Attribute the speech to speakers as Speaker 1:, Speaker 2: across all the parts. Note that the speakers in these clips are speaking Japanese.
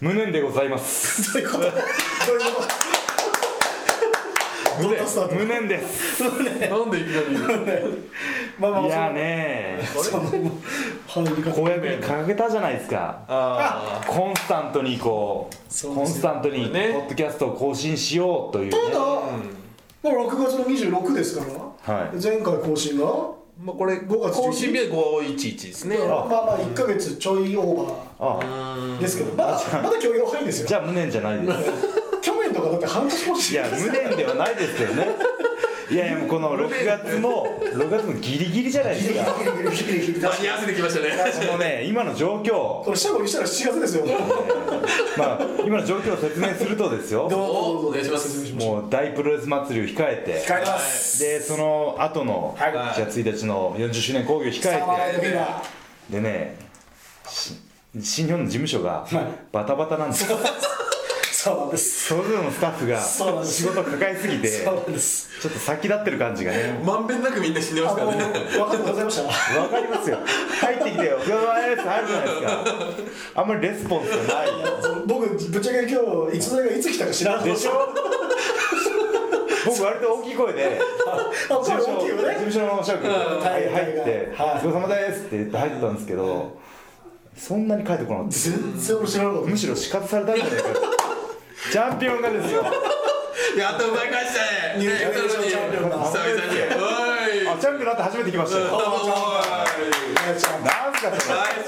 Speaker 1: 無念でございます
Speaker 2: どういうことどういうこ
Speaker 1: 無念
Speaker 2: スタート
Speaker 1: 無念です
Speaker 3: なんでいきなり
Speaker 2: とまあまあ
Speaker 1: いやね
Speaker 2: そのその入り方
Speaker 1: 公約に掲げたじゃないですか
Speaker 3: あ
Speaker 1: コンスタントにこう
Speaker 2: そう
Speaker 1: コン
Speaker 2: です
Speaker 1: ス
Speaker 2: よ
Speaker 1: タントにポ
Speaker 3: ね
Speaker 1: ッドキャストを更新しようというね
Speaker 2: ただ、
Speaker 3: あ、
Speaker 2: もう6月の26ですから、
Speaker 1: はい
Speaker 2: 前回更新が
Speaker 3: まあ、これ
Speaker 2: 5月
Speaker 3: 更新日は511ですね
Speaker 2: まあまあ1か月ちょいオーバ
Speaker 1: あ
Speaker 2: ーですけど、まだまだ教養早いんですよ
Speaker 1: じゃあ無念じゃないです
Speaker 2: 去年とかだって半年もし
Speaker 1: いや無念ではないですけどねいやいやもうこの6月の6月のギリギリじゃないですか
Speaker 3: 間に合わせてきましたね
Speaker 1: このね今の状況
Speaker 2: これシャゴにしたら7月ですよ
Speaker 1: まあ今の状況を説明するとですよ
Speaker 2: どうぞ
Speaker 3: お願いします
Speaker 2: 説明し
Speaker 1: もう大プロレス祭りを控えて
Speaker 2: 控えます
Speaker 1: でその後の
Speaker 2: はい
Speaker 1: 1月1日の40周年興行を控
Speaker 2: サワ
Speaker 1: え
Speaker 2: ーエビラ
Speaker 1: てでねし新日本の事務所が
Speaker 2: い
Speaker 1: バタバタなんですよ
Speaker 2: そうなんです
Speaker 1: それぞれのスタッフが
Speaker 2: そうなんです
Speaker 1: 仕事を抱えすぎてち
Speaker 2: そう
Speaker 1: ょ
Speaker 2: なんです
Speaker 1: っと先立ってる感じがね
Speaker 3: まんべんなくみんな死んでま
Speaker 2: あ
Speaker 3: すか
Speaker 2: の
Speaker 3: らね
Speaker 2: 分かってございました
Speaker 1: わかりますよ入ってきてよ「うわーって入るじゃないですかあんまりレスポンスがない
Speaker 2: 僕ぶっちゃけ今日逸材がいつ来たか知らなかった
Speaker 1: でしょ僕割と大きい声で
Speaker 2: あ
Speaker 1: 事
Speaker 2: これ
Speaker 1: 務所
Speaker 2: 大きいよ
Speaker 1: 事
Speaker 2: ね
Speaker 1: 務所の社君
Speaker 2: はい
Speaker 1: 入って「
Speaker 2: はい
Speaker 1: ごちそうさまです」って言って入ってたんですけどそんなに帰ってこなかった
Speaker 2: 全然俺知らなかっ
Speaker 1: むしろ仕方されたんじゃないかチャンピオンがです よ
Speaker 3: やっと奪い返したね
Speaker 2: ニュージ
Speaker 3: や
Speaker 2: ャ
Speaker 3: っ
Speaker 2: ージ
Speaker 3: た
Speaker 2: ー
Speaker 3: のに
Speaker 2: チャンピオンだ
Speaker 3: 久々におい
Speaker 1: あチャンピオンになって初めて来ましたよ
Speaker 3: お
Speaker 2: たちゃん
Speaker 1: なんすかそれ
Speaker 3: ナイス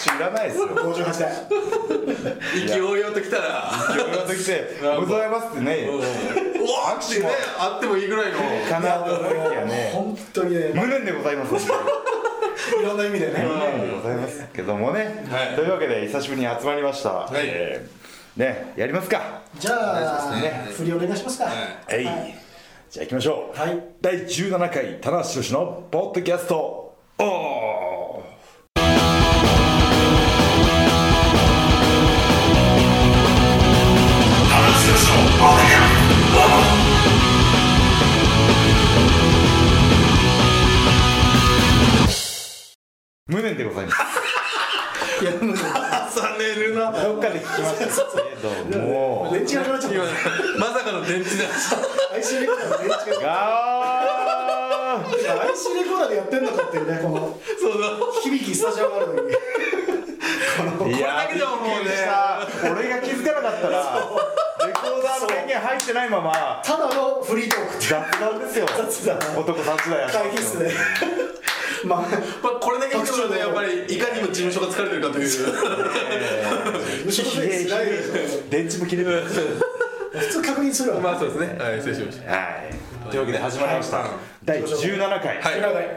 Speaker 3: チャ
Speaker 1: 拍手い
Speaker 3: ン
Speaker 1: らないですよ
Speaker 2: 58代
Speaker 3: ピオン意気揚々ときたら
Speaker 1: 俺が来て「ございます」ってね
Speaker 3: おわってねあってもいいぐらいの
Speaker 1: かなと思いきやね
Speaker 2: 本当にね
Speaker 1: 無念でございます
Speaker 2: いろんな意味でね
Speaker 1: ありがとうございますけどもね、
Speaker 3: はい
Speaker 1: というわけで久しぶりに集まりました、
Speaker 3: い
Speaker 1: えーねやりますか
Speaker 2: じゃあ
Speaker 3: お願いしますね
Speaker 2: 振りお願いしますか
Speaker 1: えい、
Speaker 2: はい
Speaker 1: じゃあ行きましょう、
Speaker 2: はい
Speaker 1: 第17回棚橋宏のポッドキャストオー無念でございます
Speaker 2: いやもう
Speaker 3: 重ねるな
Speaker 1: どっかで聞きましたけども
Speaker 2: 電池がなくなっちゃった
Speaker 3: まさかの電池だ
Speaker 2: IC レコーダーの電池が
Speaker 1: ガー
Speaker 2: IC レコーダーでやってんのかっていうねこの
Speaker 3: そうだ
Speaker 2: 響きスタジオがあるのに
Speaker 1: い
Speaker 3: れだけでももうね
Speaker 1: 俺が気づかなかったらレコーダーの電源入ってないまま
Speaker 2: ただのフリートークって
Speaker 1: 雑談ですよ
Speaker 2: 雑談
Speaker 1: 男三時代や
Speaker 2: 会議室でまあ
Speaker 3: まあ、これだけ見てもらうとやっぱりいかにも事務所が疲れてるかという
Speaker 2: 無所
Speaker 1: ひ
Speaker 2: 属
Speaker 1: げ
Speaker 2: しないでし
Speaker 1: ひげ電池も切れる
Speaker 2: ょ普通確認するわ
Speaker 3: あそうですねはい失礼しまし
Speaker 1: はいというわけで始まりました第17回
Speaker 3: はい
Speaker 2: 裏返り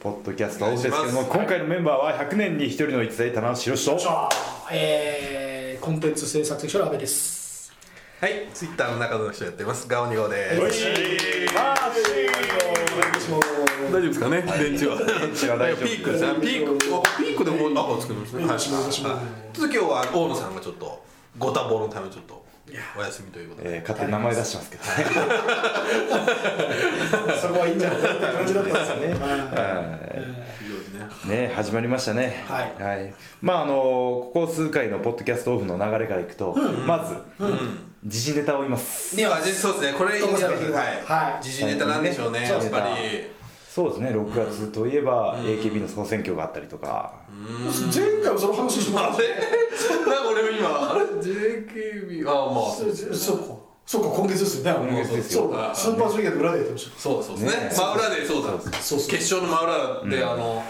Speaker 1: ポッドキャストですけ
Speaker 3: お願
Speaker 1: ど
Speaker 3: いしま
Speaker 1: も
Speaker 3: す
Speaker 1: 今回のメンバーは100年に一人の逸材棚橋宏と
Speaker 2: じゃあえーコンテンツ制作責任者の阿部です
Speaker 3: たはいツイッターの中の人やってますガオニゴで
Speaker 1: おい
Speaker 3: す
Speaker 1: しいマーシ
Speaker 2: お願いします
Speaker 3: 大丈夫ですかね電池は電
Speaker 1: 池は大丈夫
Speaker 3: ピークですねピークあピークでもう赤作りますねはい
Speaker 2: します
Speaker 3: はいちょっと今日は大野さんがちょっとご多忙のためちょっとお休みということで
Speaker 1: えー勝手に名前出してますけどね
Speaker 2: そこはいいんじゃないかって感じだったんですよ ね
Speaker 1: ね始まりましたね
Speaker 2: はい
Speaker 1: まああのここ数回のポッドキャストオフの流れからいくと、まず、時事ネタを言います
Speaker 3: ではそうですねこれいいですね
Speaker 2: はい
Speaker 3: はい時事ネタなんでしょうね
Speaker 1: そうで
Speaker 3: やっ
Speaker 1: すね
Speaker 3: ぱり
Speaker 1: そうですね6月といえば AKB の総選挙があったりとか、
Speaker 2: 前回もその話しま
Speaker 3: あ
Speaker 2: し
Speaker 3: れなんか俺も今あれ JKB あまあ
Speaker 2: たそうかそうか今月ですよね
Speaker 1: 今月ですよ
Speaker 2: そうかスーパージュニアで裏でやってました
Speaker 3: そうそうですね
Speaker 1: ね
Speaker 3: 真裏でそうだ
Speaker 2: そうそう
Speaker 3: 決勝の真裏で、あの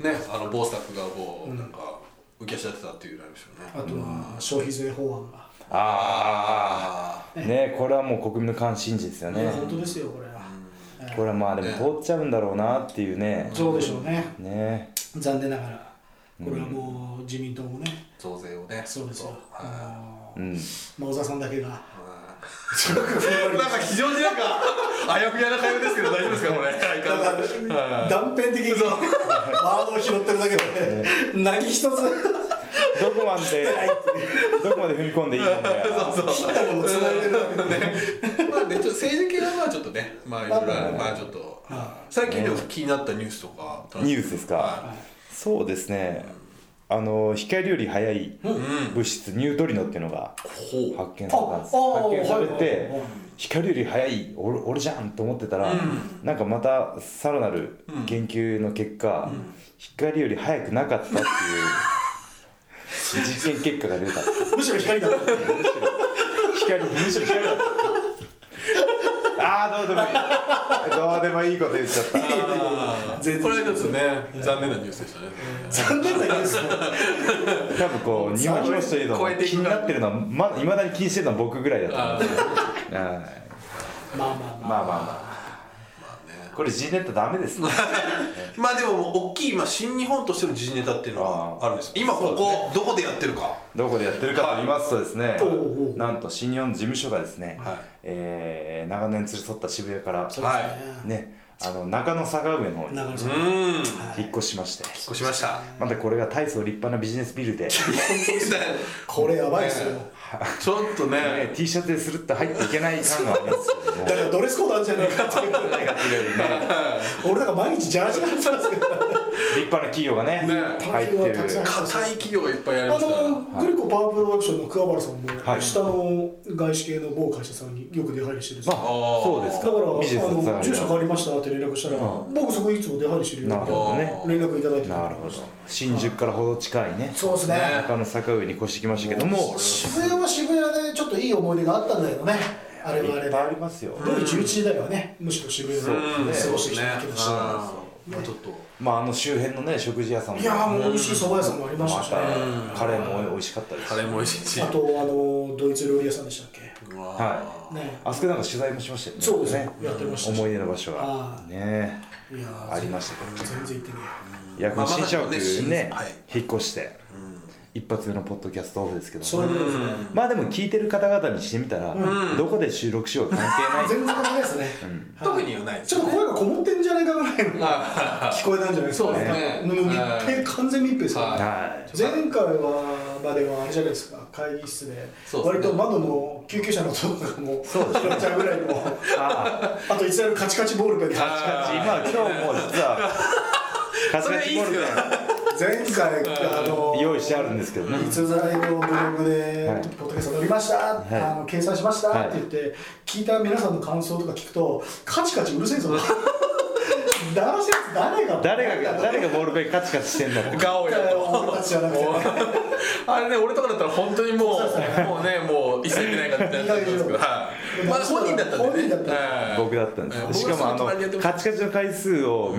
Speaker 3: ねあの某スタッフがこう、なんか浮き足立ってたっていうのありましたよね
Speaker 2: あとは消費税法案が
Speaker 1: あ
Speaker 3: あ
Speaker 1: あねこれはもう国民の関心事ですよ
Speaker 2: い
Speaker 1: ね
Speaker 2: や本当ですよこれは
Speaker 1: これはまあでも通っちゃうんだろうなっていうね
Speaker 2: そうでしょうね
Speaker 1: ね
Speaker 2: 残念ながらこれはもう自民党もね
Speaker 3: 増税をね
Speaker 2: そうですよあの
Speaker 1: うん
Speaker 2: まあ小沢さんだけが
Speaker 3: なんか非常になんかあやふやな会話ですけど大丈夫ですかこ れ相変わらず
Speaker 2: 断片的にワードを拾ってるだけで何一つ
Speaker 1: どこまでどこまで踏み込んでいいんだよ
Speaker 3: そうそう
Speaker 2: 切ったもの繋いでるだけで
Speaker 3: まあねちょっと政治系はまあちょっとねまあいろいろまあちょっと最近でも気になったニュースとか
Speaker 1: ニュースですか、
Speaker 3: は
Speaker 1: そうですねあの光より速い
Speaker 3: うん
Speaker 1: 物質ニュートリノっていうのが
Speaker 3: ほ
Speaker 1: 発見されたんです
Speaker 2: ああ
Speaker 1: 発見され
Speaker 2: はいはい
Speaker 1: て
Speaker 2: はい
Speaker 1: 光より速い俺俺じゃんと思ってたら、
Speaker 3: うん
Speaker 1: なんかまたさらなる研究の結果、光より速くなかったっていう実験結果が出た
Speaker 2: むしろ光だった
Speaker 1: 光むしろ光だった あーどうでもいいどうでもいいこと言っちゃった
Speaker 3: あーこれはちょっとね残念なニュースでしたね
Speaker 2: 残念なニュースだ
Speaker 1: 多分こう日本人といえども
Speaker 3: 超えていく
Speaker 1: 気になってるのはいま未だに気にしてるのは僕ぐらいだと思
Speaker 3: あ
Speaker 1: うはい
Speaker 2: まあ
Speaker 1: ま
Speaker 2: まあまあ
Speaker 1: あまあまあこれ G ネットダメですね
Speaker 3: ーまあでも大きい今新日本としての時事ネタっていうのがあるんですよ今ここどこでやってるか
Speaker 1: どこでやってるかと言いますとですね
Speaker 2: おうおう
Speaker 1: なんと新日本の事務所がですね
Speaker 3: はい
Speaker 1: えー長年連れ添った渋谷から
Speaker 2: そうですね
Speaker 1: ねあの中野坂上の方に
Speaker 2: 長野さ
Speaker 3: うんん引っ
Speaker 1: 引っ越しまして
Speaker 3: 越しました
Speaker 1: またこれが大層立派なビジネスビ ルで
Speaker 2: これやばいっすよ
Speaker 3: ちょっと
Speaker 1: ね
Speaker 3: ね
Speaker 1: T シャツでするって入っていけない感がありますけ ども
Speaker 2: だからドレスコードあるんじゃないかっていうぐらい俺なんか毎日ジャージなんですけど
Speaker 1: 立派な企業がね
Speaker 3: ね
Speaker 1: 入ってる
Speaker 2: たくさん
Speaker 3: 硬い企業がいっぱいあり
Speaker 2: あ
Speaker 3: ますから
Speaker 2: のグリコパワープロダクションの桑原さんも、
Speaker 1: はい
Speaker 2: 下の外資系の某会社さんによく出入りしてるんです
Speaker 1: あ
Speaker 2: よ
Speaker 1: そうです
Speaker 2: だ
Speaker 1: か
Speaker 2: からあ
Speaker 1: ビジネスのつなが
Speaker 2: の
Speaker 1: り
Speaker 2: 住
Speaker 1: だ
Speaker 2: 所変わりましたって連絡したら、僕そこいつも出入りしてる
Speaker 1: なる
Speaker 2: よ
Speaker 1: ほどね
Speaker 2: 連絡いただいて
Speaker 1: なるほど新宿からほど近いね
Speaker 2: そうですね
Speaker 1: 中野坂上に越してきましたけども
Speaker 2: 渋谷は渋谷でちょっといい思い出があったんだけどねあれはあ
Speaker 1: い
Speaker 2: れ
Speaker 1: っぱいあ
Speaker 2: で
Speaker 1: りますよ
Speaker 2: 夜11時台はねむしろ渋谷で
Speaker 1: そうです
Speaker 2: 過
Speaker 1: ね
Speaker 2: ごしてきた気がし
Speaker 3: う
Speaker 2: た
Speaker 3: んまあちょっと
Speaker 1: まああの周辺のね食事屋さんも
Speaker 2: いやーもう美味しい蕎麦屋さんもありま
Speaker 1: ま
Speaker 2: した
Speaker 1: た
Speaker 2: しね
Speaker 1: カレーも美味しかったです
Speaker 3: カレーも美味しいし
Speaker 2: あとあのドイツ料理屋さんでしたっけ
Speaker 3: うわー
Speaker 1: はい
Speaker 2: ね
Speaker 1: あそこなんか取材もしましたよね
Speaker 2: そうです
Speaker 1: ね
Speaker 2: ねやってましたし
Speaker 1: 思い出の場所
Speaker 2: は
Speaker 1: がね
Speaker 2: いやー
Speaker 1: ありましたけど
Speaker 2: 全然行ってね
Speaker 1: いやこの新社屋ね
Speaker 3: まあまだね
Speaker 1: 引っ越して一発目のポッドキャストオフですけど
Speaker 2: それ
Speaker 1: も
Speaker 2: でですね
Speaker 1: まあでも聞いてる方々にしてみたらどこで収録しよう関 係ない
Speaker 2: 全然関係ないですね
Speaker 3: 特にはないで
Speaker 2: ち
Speaker 3: す
Speaker 2: ょっと声がこもってんじゃないかぐらいの聞こえたんじゃないですか
Speaker 3: そうですね
Speaker 2: もう密
Speaker 3: は
Speaker 2: 閉
Speaker 3: い
Speaker 2: 完全密閉ですからね
Speaker 1: はい
Speaker 2: 前回はまではあれじゃないですか会議室で
Speaker 3: そうですね
Speaker 2: 割と窓の救急車の音とかも拾っちゃうぐらいの
Speaker 1: あ
Speaker 2: あといつやるカチカチボールペンで
Speaker 1: あカチカチ今今日も実 はカチカチボールペン
Speaker 2: 前回あの
Speaker 1: 用意してあるんですけどね
Speaker 2: 逸材のブログで
Speaker 1: はい
Speaker 2: 「ポッドキャスト撮りました、
Speaker 1: い
Speaker 2: あの掲載しました」
Speaker 1: はい
Speaker 2: って言って聞いた皆さんの感想とか聞くとカチカチうるせ えぞだらせやつ誰が
Speaker 1: 誰が誰がボールペンカチカチしてんだろう
Speaker 3: 顔やと
Speaker 2: 俺たちじゃなくてね
Speaker 3: あれね、俺とかだったら本当にもう、もうね、もう急いでないかみたいな感じですけど、はい。まあ本人だったんでね。
Speaker 2: 本人だった
Speaker 3: はい
Speaker 1: 僕だったんで
Speaker 3: はい
Speaker 1: すしかもあの
Speaker 3: 僕がその隣でやってました
Speaker 1: カチカチの回数を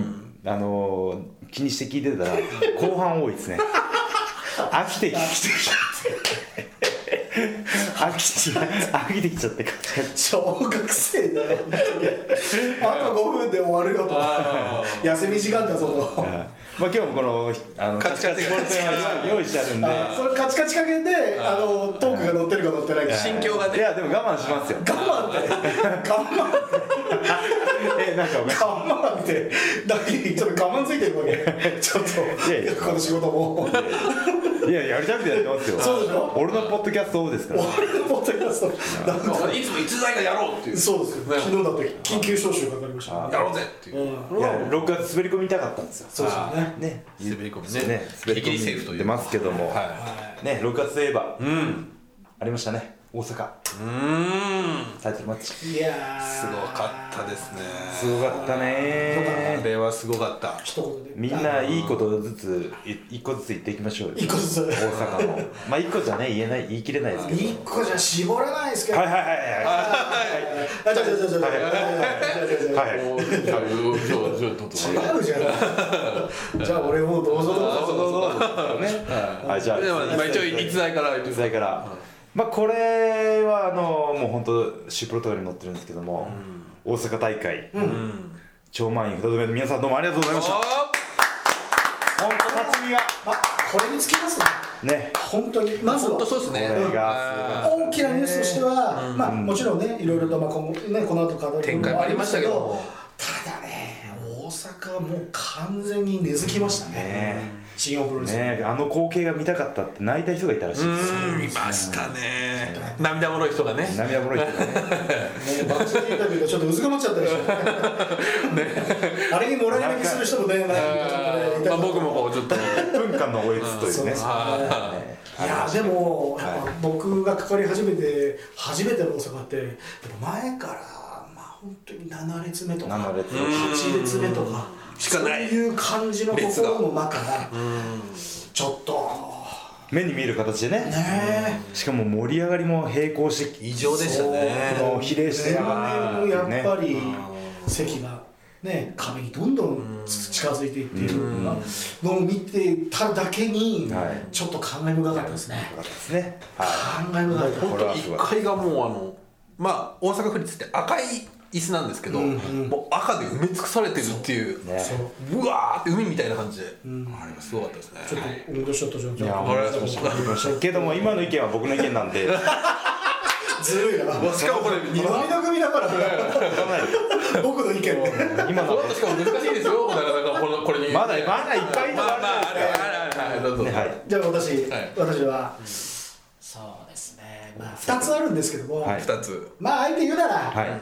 Speaker 1: あのー気にして聞いてたら後半多い ですね飽きてきて飽きち飽きてきちゃってカチカチ
Speaker 2: 小学生だよあと5分で終わるよ
Speaker 3: あ
Speaker 2: と休み時間だぞと
Speaker 1: まあ今日もこのあの
Speaker 3: カ
Speaker 1: カ
Speaker 3: チ
Speaker 1: チ
Speaker 3: カ
Speaker 1: カ
Speaker 3: チ
Speaker 1: チボールペンは用意してあるんで
Speaker 2: それカチカチ加減であのトークが乗ってるか乗ってないか
Speaker 3: 心境がね
Speaker 1: いやでも我慢し ますよ
Speaker 2: 我慢で我
Speaker 1: えなんかお前
Speaker 2: 慢我慢ってだけちょっと我慢ついてるわけちょっと
Speaker 1: いやいや
Speaker 2: この仕事も
Speaker 1: いややりたくてやってますよ
Speaker 2: そうでしょ
Speaker 1: 俺のポッドキャストオフですから
Speaker 2: 俺のポッドキャストなんか
Speaker 3: ーいつも逸材がやろうっていう。
Speaker 2: そうですよ
Speaker 3: ね
Speaker 2: 昨日だって緊急招集かかりました
Speaker 3: やろうぜっていうう。
Speaker 2: ん
Speaker 1: いや6月滑り込みたかったんですよ
Speaker 2: そうですよね
Speaker 1: ね
Speaker 3: 滑り込みね。
Speaker 1: ね滑り
Speaker 3: ギリギリセーフ
Speaker 1: 込
Speaker 3: と
Speaker 1: み
Speaker 3: い
Speaker 1: 出
Speaker 3: う。
Speaker 1: ますけども
Speaker 3: は
Speaker 1: ね6月といえば
Speaker 3: い。うん。
Speaker 1: ありましたね大阪
Speaker 3: うーん。
Speaker 1: タイトルマッチす
Speaker 2: いやー
Speaker 3: すごかったですね。
Speaker 1: ごかった
Speaker 3: あ
Speaker 1: ね
Speaker 3: れはすごかった。
Speaker 2: 一言で
Speaker 1: みんないいことずつい一個ずつ言っていきましょうよ
Speaker 2: 一個ずつ
Speaker 1: 大阪 のまあ一個じゃね言えない言い切れないですけど
Speaker 2: 一個じゃ絞れないですけど
Speaker 1: はいはいはいは
Speaker 2: あ、違う違う違う違う違う違
Speaker 1: い
Speaker 2: う違う違う違う
Speaker 1: はい
Speaker 3: おーじゃあじゃあじゃあど
Speaker 2: 違
Speaker 3: うぞ
Speaker 2: うじゃんじゃあ俺もどうぞどうぞ
Speaker 1: そうそうそうねはいじゃあ
Speaker 3: でもまあ一応逸材から言
Speaker 1: 逸
Speaker 3: うと。
Speaker 1: 材からまあこれはあのもう本当シュプロトカに載ってるんですけども大阪大会
Speaker 3: うん。
Speaker 1: 超満員二度目の皆さんどうもありがとうございました本当辰巳が
Speaker 2: あこれにつきますね
Speaker 1: ね
Speaker 2: 本当にまず
Speaker 3: 本
Speaker 2: は
Speaker 3: 当そうですね。
Speaker 1: これが
Speaker 2: 大きなニュースとしては、まあもちろんねいろいろとまあ今後ねこの後語る
Speaker 3: 展開もありましたけども
Speaker 2: ただね大阪はもう完全に根付きましたね
Speaker 1: ね
Speaker 2: 新日本プロレス、
Speaker 1: ねえあの光景が見たかったって泣いた人がいたらしいです
Speaker 3: うんいましたね涙もろい人がね
Speaker 1: 涙もろい人がね
Speaker 2: ね、バッチリインタビューがちょっとうずくまっちゃったでしょ、あれにもらい泣きする人もね、なんか
Speaker 3: え
Speaker 2: い
Speaker 3: ー
Speaker 2: たり
Speaker 3: まあ
Speaker 2: と
Speaker 3: 僕
Speaker 2: か
Speaker 3: もこうちょっと
Speaker 1: 1分間の嗚咽というね
Speaker 2: そう
Speaker 3: はい
Speaker 1: ね
Speaker 2: いやでも、やっぱ僕がかかり始めて、初めての大阪って、やっぱ前から、まあ本当に7列目とか、
Speaker 1: 7列目
Speaker 2: 8列目とか、
Speaker 3: しかない
Speaker 2: そういう感じの
Speaker 3: 列が
Speaker 2: 心の中が、ちょっと、
Speaker 1: 目に見える形でね
Speaker 2: ね
Speaker 1: しかも盛り上がりも並行して
Speaker 3: 異常でしたね
Speaker 1: そうこの比例して
Speaker 2: え、
Speaker 1: や
Speaker 2: 長年もやっぱり
Speaker 3: う
Speaker 2: 席が、ね、壁にどんどんつ近づいていっているのを見てただけに
Speaker 1: はい、
Speaker 2: ちょっと感慨深かったですね。
Speaker 1: ですねは
Speaker 2: 感慨深かった。
Speaker 3: 本当1階がもうあのまあ大阪府立って赤い椅子なんですけど、
Speaker 2: うんうん
Speaker 3: もう赤で埋め尽くされてるっていう
Speaker 1: いね
Speaker 2: そう
Speaker 3: うわーって海みたいな感じで、
Speaker 2: ん
Speaker 3: あれがすごかったですね
Speaker 2: ちょっと温度ショット上手
Speaker 1: いや
Speaker 3: わかりました
Speaker 1: けども今の意見は僕の意見なん で
Speaker 2: ずるいな。
Speaker 3: わしかもこれ二度
Speaker 2: 涙組だから、
Speaker 1: かなり
Speaker 2: 僕の意見ね。
Speaker 1: 今
Speaker 3: こ
Speaker 1: の
Speaker 3: の後しかも難しいですよなかなかこのこれに
Speaker 1: まだまだいっぱいいる
Speaker 3: まあまああれあれあれあれどうぞ、
Speaker 1: ねはい
Speaker 2: じゃあ私、
Speaker 3: はい
Speaker 2: 私は、そうですね。まあ二つあるんですけども、
Speaker 1: はい
Speaker 3: 2つ
Speaker 2: まあ相手言うなら、
Speaker 1: はい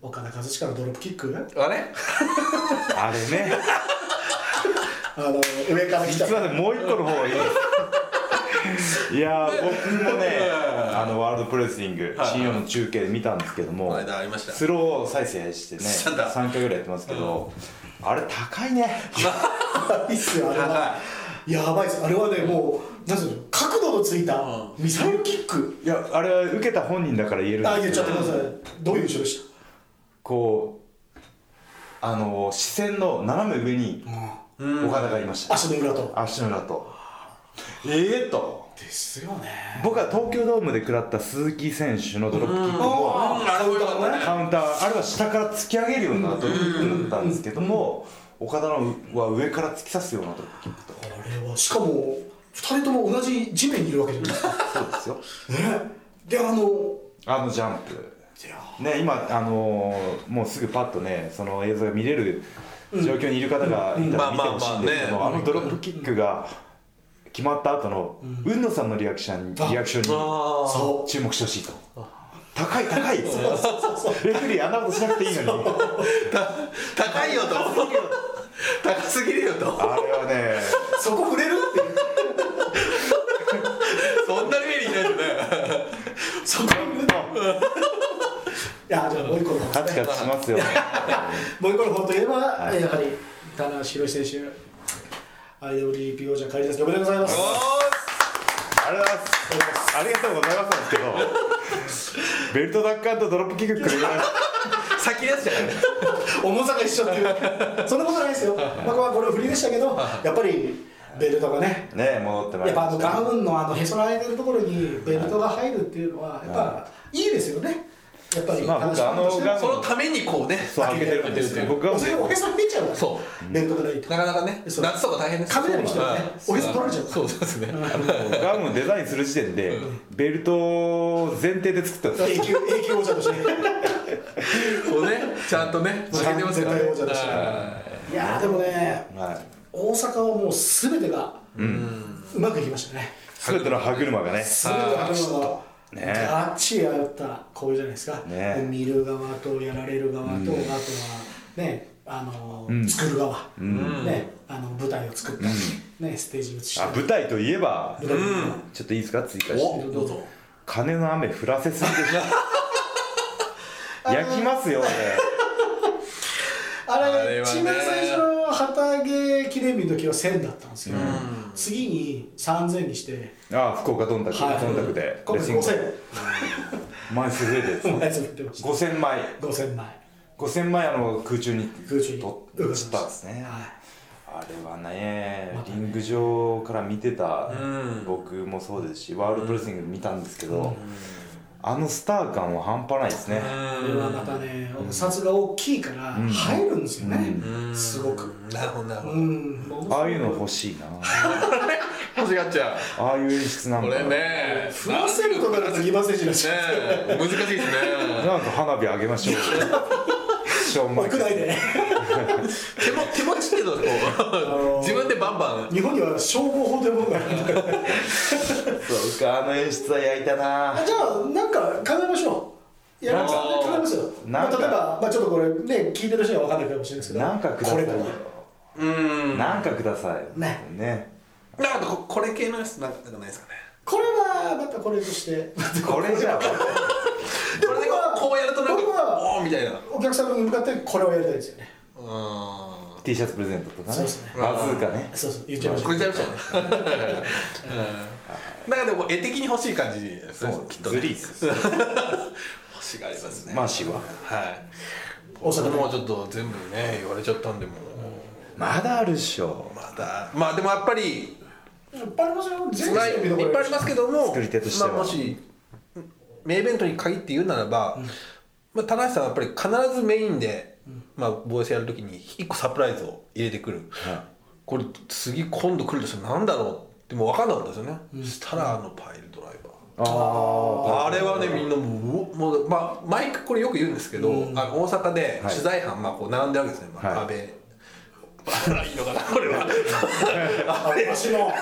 Speaker 2: 岡田和親のドロップキック、
Speaker 3: あれ
Speaker 1: あれね
Speaker 2: あの上から来た。
Speaker 1: 実はねもう一個の方がいい ですいやー僕もねあのワールドプロレスリング
Speaker 3: はい
Speaker 1: 新日本の中継で見たんですけど
Speaker 3: この
Speaker 1: も
Speaker 3: 間ありました
Speaker 1: スロー再生してね
Speaker 3: したんだ
Speaker 1: 3回ぐらいやってますけどあれ高いね
Speaker 2: いいっすよあれは
Speaker 3: は
Speaker 2: やばいっすあれはねもうなんていうの角度のついた
Speaker 3: うん
Speaker 2: ミサイルキック
Speaker 1: いやあれは受けた本人だから言えるんで
Speaker 2: あ
Speaker 1: す
Speaker 2: 言
Speaker 1: け
Speaker 2: っちゃ
Speaker 1: ど
Speaker 2: ってくださいどういう印象でし
Speaker 1: こうあの視線の斜め上に
Speaker 2: た、
Speaker 3: うん
Speaker 1: 岡田がいました、
Speaker 2: 足の裏と
Speaker 1: 足の裏とええー、と
Speaker 2: ですよね
Speaker 1: 僕は東京ドームで食らった鈴木選手のドロップキック
Speaker 2: お
Speaker 1: も
Speaker 2: ー
Speaker 3: なるほどね
Speaker 1: カウンターあれは下から突き上げるようなドロップキックだったんですけども岡田のは上から突き刺すようなドロップキックと
Speaker 2: あれはしかも二人とも同じ地面にいるわけじゃないですかね
Speaker 1: そうですよ
Speaker 2: であの
Speaker 1: あのジャンプ
Speaker 2: いや
Speaker 1: ね、今、あのーもうすぐパッとね、その映像が見れる状況にいる方がいた
Speaker 3: う
Speaker 1: ら
Speaker 3: ん
Speaker 1: 見てほしいんですけど
Speaker 3: ま
Speaker 1: も、
Speaker 3: あ
Speaker 1: あ
Speaker 3: まあまあね
Speaker 1: のドロップキックが決まった後の、海野さんのリアクション
Speaker 2: あ
Speaker 1: リアクション
Speaker 3: あー
Speaker 2: そ
Speaker 1: に注目してほしいと。高い高いレフェリーあんなことしなくていいのに
Speaker 3: 高いよと高すぎるよと
Speaker 1: あれはね
Speaker 2: うそこ触れるっていう
Speaker 3: そんなレベルいないよね
Speaker 2: そこ触れるといやじゃあもう一個の
Speaker 1: カチカチしますよ
Speaker 2: もう一個の本といえば、
Speaker 1: い
Speaker 2: えーやはり田中宏選手 IWDP 王者仮ですおめでとうございます
Speaker 1: ありがとうございますありがとうございますなんですけどベルト奪還とドロップキックくれました
Speaker 3: 先のやつじゃない
Speaker 2: 重さが一緒っていう そんなことない ですよまあまあこれは振りでしたけどやっぱりベルトがね
Speaker 1: ね戻ってまい
Speaker 2: やっ
Speaker 1: り
Speaker 2: ぱ
Speaker 1: ま
Speaker 2: あの
Speaker 1: し
Speaker 2: ダ
Speaker 1: た
Speaker 2: ウンのあのへその間のところにベルトが入るっていうのはやっぱいいですよねやっぱり
Speaker 1: まあ僕あのガウン
Speaker 3: そのためにこうね
Speaker 1: そう開けてるんですよ僕がもう
Speaker 2: おへそおへそ見ちゃうから
Speaker 3: そ
Speaker 2: ベルトがないと
Speaker 3: なかなかね夏
Speaker 2: そう
Speaker 3: とか大変です
Speaker 2: カメラに来たらね
Speaker 3: そう
Speaker 2: おへそ取られちゃう
Speaker 3: そうそうですね
Speaker 1: ガウンをデザインする時点で、ベルトを前提で作ったんですよ
Speaker 2: 永久永久王者 として
Speaker 3: そうねちゃんとね負けてますからね
Speaker 2: ちゃんと絶対王者だし
Speaker 3: はい
Speaker 2: いやーでもね
Speaker 1: はい
Speaker 2: 大阪はもう全てがうまくいきましたね、
Speaker 1: 全ての歯車がね
Speaker 2: 全てが
Speaker 3: ちょっ
Speaker 2: の
Speaker 1: ね
Speaker 2: ガッチリ合ったこうじゃないですか、
Speaker 1: ね
Speaker 2: で見る側とやられる側と、あとはねあのー
Speaker 1: うん
Speaker 2: 作る側、
Speaker 3: ん
Speaker 2: ね、あの舞台を作ったり、ね、ステージ映し
Speaker 1: あ
Speaker 2: たり
Speaker 1: 舞台といえば
Speaker 2: 舞台を
Speaker 1: ちょっといいですか追加して
Speaker 3: おどうぞ
Speaker 1: 金の雨降らせすぎてしまう焼きますよ俺
Speaker 2: あ
Speaker 3: あれ
Speaker 2: れ
Speaker 3: はね
Speaker 2: 一番最初の旗揚げ記念日の時は1000だったんですけど、次に3000にして
Speaker 1: あ福岡どんたく
Speaker 2: はい
Speaker 1: どんたくで
Speaker 2: 今
Speaker 1: レ
Speaker 2: 回
Speaker 1: スリング
Speaker 2: 5000
Speaker 1: 枚数増えてです
Speaker 2: 枚
Speaker 1: ね
Speaker 2: 作ってました
Speaker 1: 5000枚
Speaker 2: 5000枚
Speaker 1: 5000枚あの空中に
Speaker 2: 空中に
Speaker 1: と落ちたんですね
Speaker 2: はい
Speaker 1: あれはね
Speaker 2: また
Speaker 1: リ
Speaker 2: ね
Speaker 1: ング上から見てた
Speaker 3: うん
Speaker 1: 僕もそうですしワールドプロレスリング見たんですけどあのスター感は半端ないですね
Speaker 2: これはまたね、お札が大きいから入るんですよね、すごく。
Speaker 3: なるほどなるほ
Speaker 2: う
Speaker 3: ど
Speaker 2: ん、
Speaker 1: ああいうの欲しいな
Speaker 3: 欲しがっちゃう
Speaker 1: ああいう演出なん
Speaker 3: こ
Speaker 1: だ
Speaker 3: れね
Speaker 2: フラセルとかだと
Speaker 3: ね
Speaker 2: 2番選手らしい。
Speaker 3: 難しいですね
Speaker 1: なんか花火あげましょうションマイ
Speaker 2: 屋
Speaker 1: ケル
Speaker 2: 内で
Speaker 3: 手も手持ちってどうこう自分でバンバン
Speaker 2: 日本には消防法というものがあるんだから
Speaker 1: そうかあの演出は焼いたな
Speaker 2: あじゃあなんか考えましょうやります考えますよ、
Speaker 1: なん
Speaker 2: まあ、
Speaker 1: か
Speaker 2: 例えば、まあ、ちょっとこれね聞いてる人には分かんないかもしれないですけど
Speaker 1: なんかくださ
Speaker 2: こ
Speaker 1: い
Speaker 2: れ
Speaker 1: よ
Speaker 2: だな
Speaker 3: うんなん
Speaker 1: なんかください
Speaker 2: ね
Speaker 1: ね
Speaker 3: かここれ系のやつなんかないですかね
Speaker 2: これはまたこれとして
Speaker 1: これじゃ
Speaker 3: でこれでこうこうやるとなんか
Speaker 2: 僕は
Speaker 3: おおみたいなうん
Speaker 2: お客様に向かってこれをやりたいですよね
Speaker 1: T シャツプレゼントとか
Speaker 2: そう
Speaker 1: ね
Speaker 2: ですね
Speaker 1: バズーカね
Speaker 2: そうそう言っちゃいました
Speaker 3: これちゃいましたねうんなんかでも絵的に欲しい感じですねきっとね
Speaker 1: ズリーです
Speaker 3: 欲しがありますね
Speaker 1: まあしは
Speaker 3: はい
Speaker 2: 大阪で
Speaker 3: もうちょっと全部ね言われちゃったんでもう
Speaker 1: まだあるっしょ
Speaker 3: まだまあでもやっぱり
Speaker 2: いっぱいありますよ全
Speaker 3: まあい
Speaker 2: 部見どこ
Speaker 3: っ
Speaker 2: ろ
Speaker 3: ぱいありますけども
Speaker 1: 作り手としては
Speaker 3: まあ、もし名イベントに限って言うならば、まあ、田中さんはやっぱり必ずメインで、まあ、ボイスやるときに一個サプライズを入れてくる、これ次今度来るとしたら何だろうってもう分かんなかったですよね、そしたらあのパイルドライバー
Speaker 1: ああ
Speaker 3: あれはねみんなもううおもう、まあ、毎回これよく言うんですけど、あ大阪で取材班、まあ、こう並んでるわけですね、まあ
Speaker 1: はい
Speaker 3: 安倍 あらいいのかなこれは
Speaker 2: あ私の
Speaker 3: 安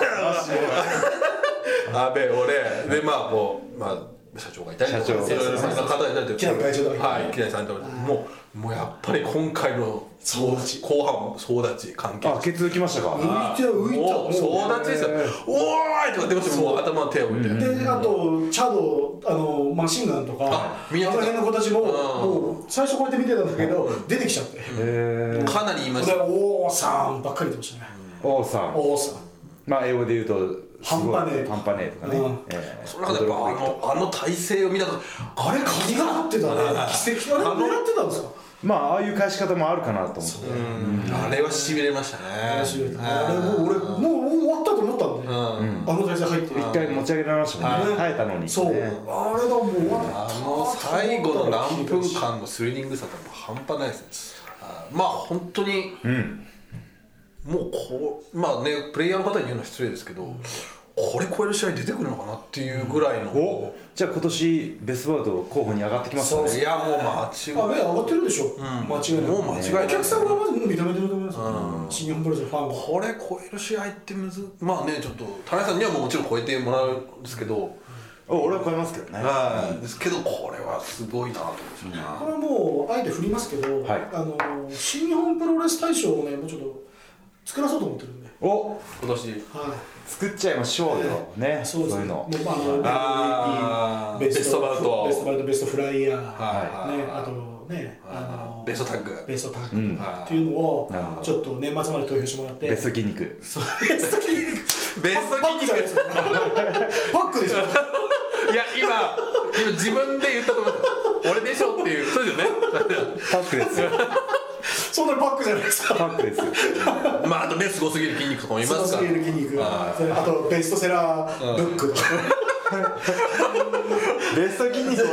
Speaker 3: 倍俺でまあこう、まあ、社長がいたりとか
Speaker 1: 社長
Speaker 3: いろいろな方がいたりとか
Speaker 2: 木南会長とか
Speaker 3: はい木南さんとかもうもうやっぱり今回の
Speaker 2: 総立ち
Speaker 3: 後半も総立ち関係
Speaker 1: あ血抜きましたか
Speaker 2: 浮いては浮いた
Speaker 3: もう総立ちですよ「おーい!」とか出ましたもう頭の手を置いて。
Speaker 2: であとチャドあのマシンガンとか
Speaker 3: あ
Speaker 2: あの
Speaker 3: 宮本
Speaker 2: 辺の子たちも
Speaker 3: うん
Speaker 2: もう最初こうやって見てたんだけど出てきちゃって
Speaker 1: へえ
Speaker 3: かなり言いまし
Speaker 2: で
Speaker 3: た
Speaker 2: 王さんばっかり言ってましたね
Speaker 1: 王さん
Speaker 2: 王さん
Speaker 1: まあ英語で言うとすごい
Speaker 2: 半端ねえ
Speaker 1: 半端ねえとかね
Speaker 2: うん
Speaker 1: ええ
Speaker 3: その中でやっぱあのあの体勢を見たと
Speaker 2: あれ鍵が合ってたね奇跡あれ狙ってたんですか
Speaker 1: まあああいう返し方もあるかなと思って
Speaker 3: あれはしびれましたね
Speaker 2: 面白いねあれもう俺もうもう終わったと思ったんであの体勢入って
Speaker 1: 一回持ち上げられましたもんね耐えたのに
Speaker 2: そうあれ
Speaker 1: ね
Speaker 2: だもう終わった
Speaker 3: あの最後の何分間のスリリングさとか半端ないですねあまあ本当に、もうこうまあねプレイヤーの方に言うのは失礼ですけどこれ超える試合出てくるのかなっていうぐらいの
Speaker 1: おじゃあ今年ベストバウト候補に上がってきますかね
Speaker 3: いやもう間
Speaker 2: あ
Speaker 3: 違い
Speaker 2: 目上がってるでしょ間違いな
Speaker 3: もう
Speaker 2: く
Speaker 3: 間違い
Speaker 2: お
Speaker 3: ない
Speaker 2: 客さんがまずもう認めてると思いますよ新日本プロレスのファンは
Speaker 3: これ超える試合ってむずまあねちょっと田中さんにはもうもちろん超えてもらうんですけど、
Speaker 1: お俺は超えますけどね
Speaker 3: はいですけどこれはすごいなと思いましたね
Speaker 2: これはもうあえて振りますけど、
Speaker 1: はい
Speaker 2: あの新日本プロレス大賞をねもうちょっと作らそうと思ってるんで、
Speaker 1: お
Speaker 3: 今年
Speaker 2: は
Speaker 1: 作っちゃいましょうよね
Speaker 2: い、
Speaker 1: そう
Speaker 2: です
Speaker 1: いうの
Speaker 2: もうあ
Speaker 3: あー
Speaker 2: の
Speaker 3: ベストバウト
Speaker 2: ベストバウトベストフライヤー、
Speaker 3: はいはい
Speaker 2: ねあとねあの
Speaker 3: ベストタッグ
Speaker 2: ベストタッグ、
Speaker 1: ん
Speaker 2: っていうのを
Speaker 1: なるほど
Speaker 2: ちょっと年末まで投票してもらって
Speaker 1: ベスト筋肉
Speaker 2: そうベストキッ
Speaker 3: ベスト
Speaker 2: クパックじゃないですよパックでしょ
Speaker 3: いや今今自分で言ったと思った俺でしょっていうそうですよね
Speaker 1: パックですよ
Speaker 2: そんなパックじゃないですか
Speaker 1: パックですよ
Speaker 3: まああとねすごすぎる筋肉とかもいます
Speaker 2: す
Speaker 3: か
Speaker 2: ご
Speaker 3: ら
Speaker 2: すぎる筋肉
Speaker 3: は
Speaker 2: がそれあとベストセラーブックとか
Speaker 1: ベスト筋肉俺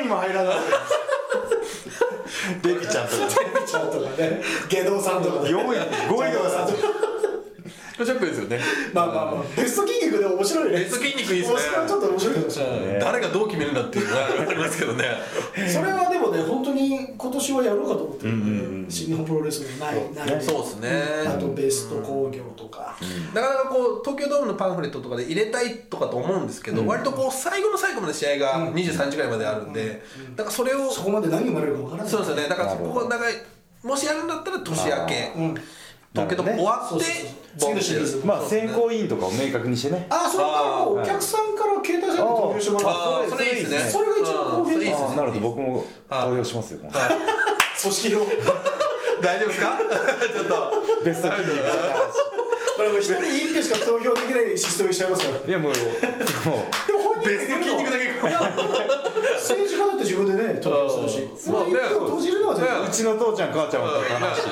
Speaker 1: 3位も入らないデビちゃんとか
Speaker 2: ペ ちゃんとかね下道さんとかね
Speaker 1: 4位5位とか
Speaker 3: いショックですよね
Speaker 2: まあまあまあ、ベスト筋肉で面白いね。
Speaker 3: ベスト筋肉いいっすね
Speaker 2: 面白ちょっと面白いかもしれない。
Speaker 3: うん誰がどう決めるんだっていうのはありますけどね
Speaker 2: それはでもね、本当に今年はやろうかと思ってるんで、新日本プロレスもない、ないね。
Speaker 3: そうですね
Speaker 2: あとベスト工業とか。
Speaker 3: なかなかこう東京ドームのパンフレットとかで入れたいとかと思うんですけど、割とこう最後の最後まで試合が23時ぐらいまであるんで、だからそれを
Speaker 2: そこまで何が生まれるかわからない。
Speaker 3: そうですよねだからそこ
Speaker 1: なるほど
Speaker 3: が長いもしやるんだったら年明け
Speaker 2: うん。
Speaker 3: 東京ドーム終わ
Speaker 2: そう
Speaker 3: っ
Speaker 2: そうそ
Speaker 3: て
Speaker 2: う次の
Speaker 3: ボンって
Speaker 2: シリーズ。
Speaker 1: まあ選考委員とかを明確にしてね
Speaker 2: あ、それはもうお客さんから携帯車で投入してもら
Speaker 3: あ
Speaker 2: って
Speaker 3: ーそれいいですね
Speaker 2: それが一番公平
Speaker 3: うんそれいいです
Speaker 1: あ
Speaker 3: ね
Speaker 1: なるほど僕も投票しますよ
Speaker 2: 組織の。
Speaker 3: 大丈夫ですかちょっと
Speaker 1: ベスト筋肉
Speaker 2: これも一人一票しか投票できないシステムにしちゃいますから。
Speaker 1: いやもうもう
Speaker 2: でも本人
Speaker 3: ベスト筋肉だけ
Speaker 2: 政治家だって自分でね、投票するし。そ
Speaker 3: まあ
Speaker 2: の
Speaker 3: ね
Speaker 2: 一票投じるのは全然
Speaker 3: ね
Speaker 1: うちの父ちゃん母ちゃんは
Speaker 3: 話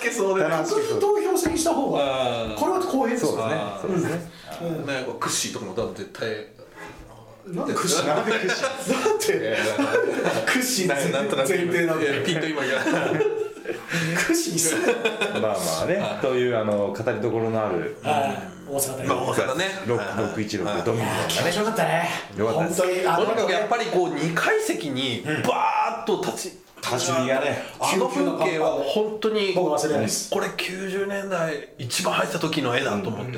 Speaker 3: けそうでね
Speaker 1: 棚
Speaker 2: そういう投票制にした方がこれは公平です
Speaker 1: そう
Speaker 2: よね。
Speaker 3: あー
Speaker 1: ですねそうですね
Speaker 3: ねこうクッシーとかも多分絶対
Speaker 2: なんでクッシーなんでクッシーなんでクッシー
Speaker 3: なんとな
Speaker 2: 前
Speaker 3: く
Speaker 2: 提なん
Speaker 3: いや
Speaker 2: で。
Speaker 3: ピンと今いや
Speaker 2: 苦しいっすね
Speaker 1: まあまあね、というあの語りどころのある
Speaker 2: はい大阪大
Speaker 3: まあ大
Speaker 2: 学
Speaker 3: 阪ね
Speaker 1: 六
Speaker 3: はい
Speaker 1: 六一六ドミニ
Speaker 2: あー
Speaker 1: コ
Speaker 2: 気
Speaker 1: ンが
Speaker 2: 持
Speaker 1: ね
Speaker 2: ちよかったね
Speaker 1: よかったで
Speaker 2: 本
Speaker 1: す
Speaker 2: 当にあ
Speaker 3: とにかくやっ
Speaker 2: ね
Speaker 3: ぱりこう2階席にバーッと立ち
Speaker 1: 立ち見がね
Speaker 3: あの風景は本当に
Speaker 2: 僕忘れないです
Speaker 3: これ90年代一番入った時の絵だと思って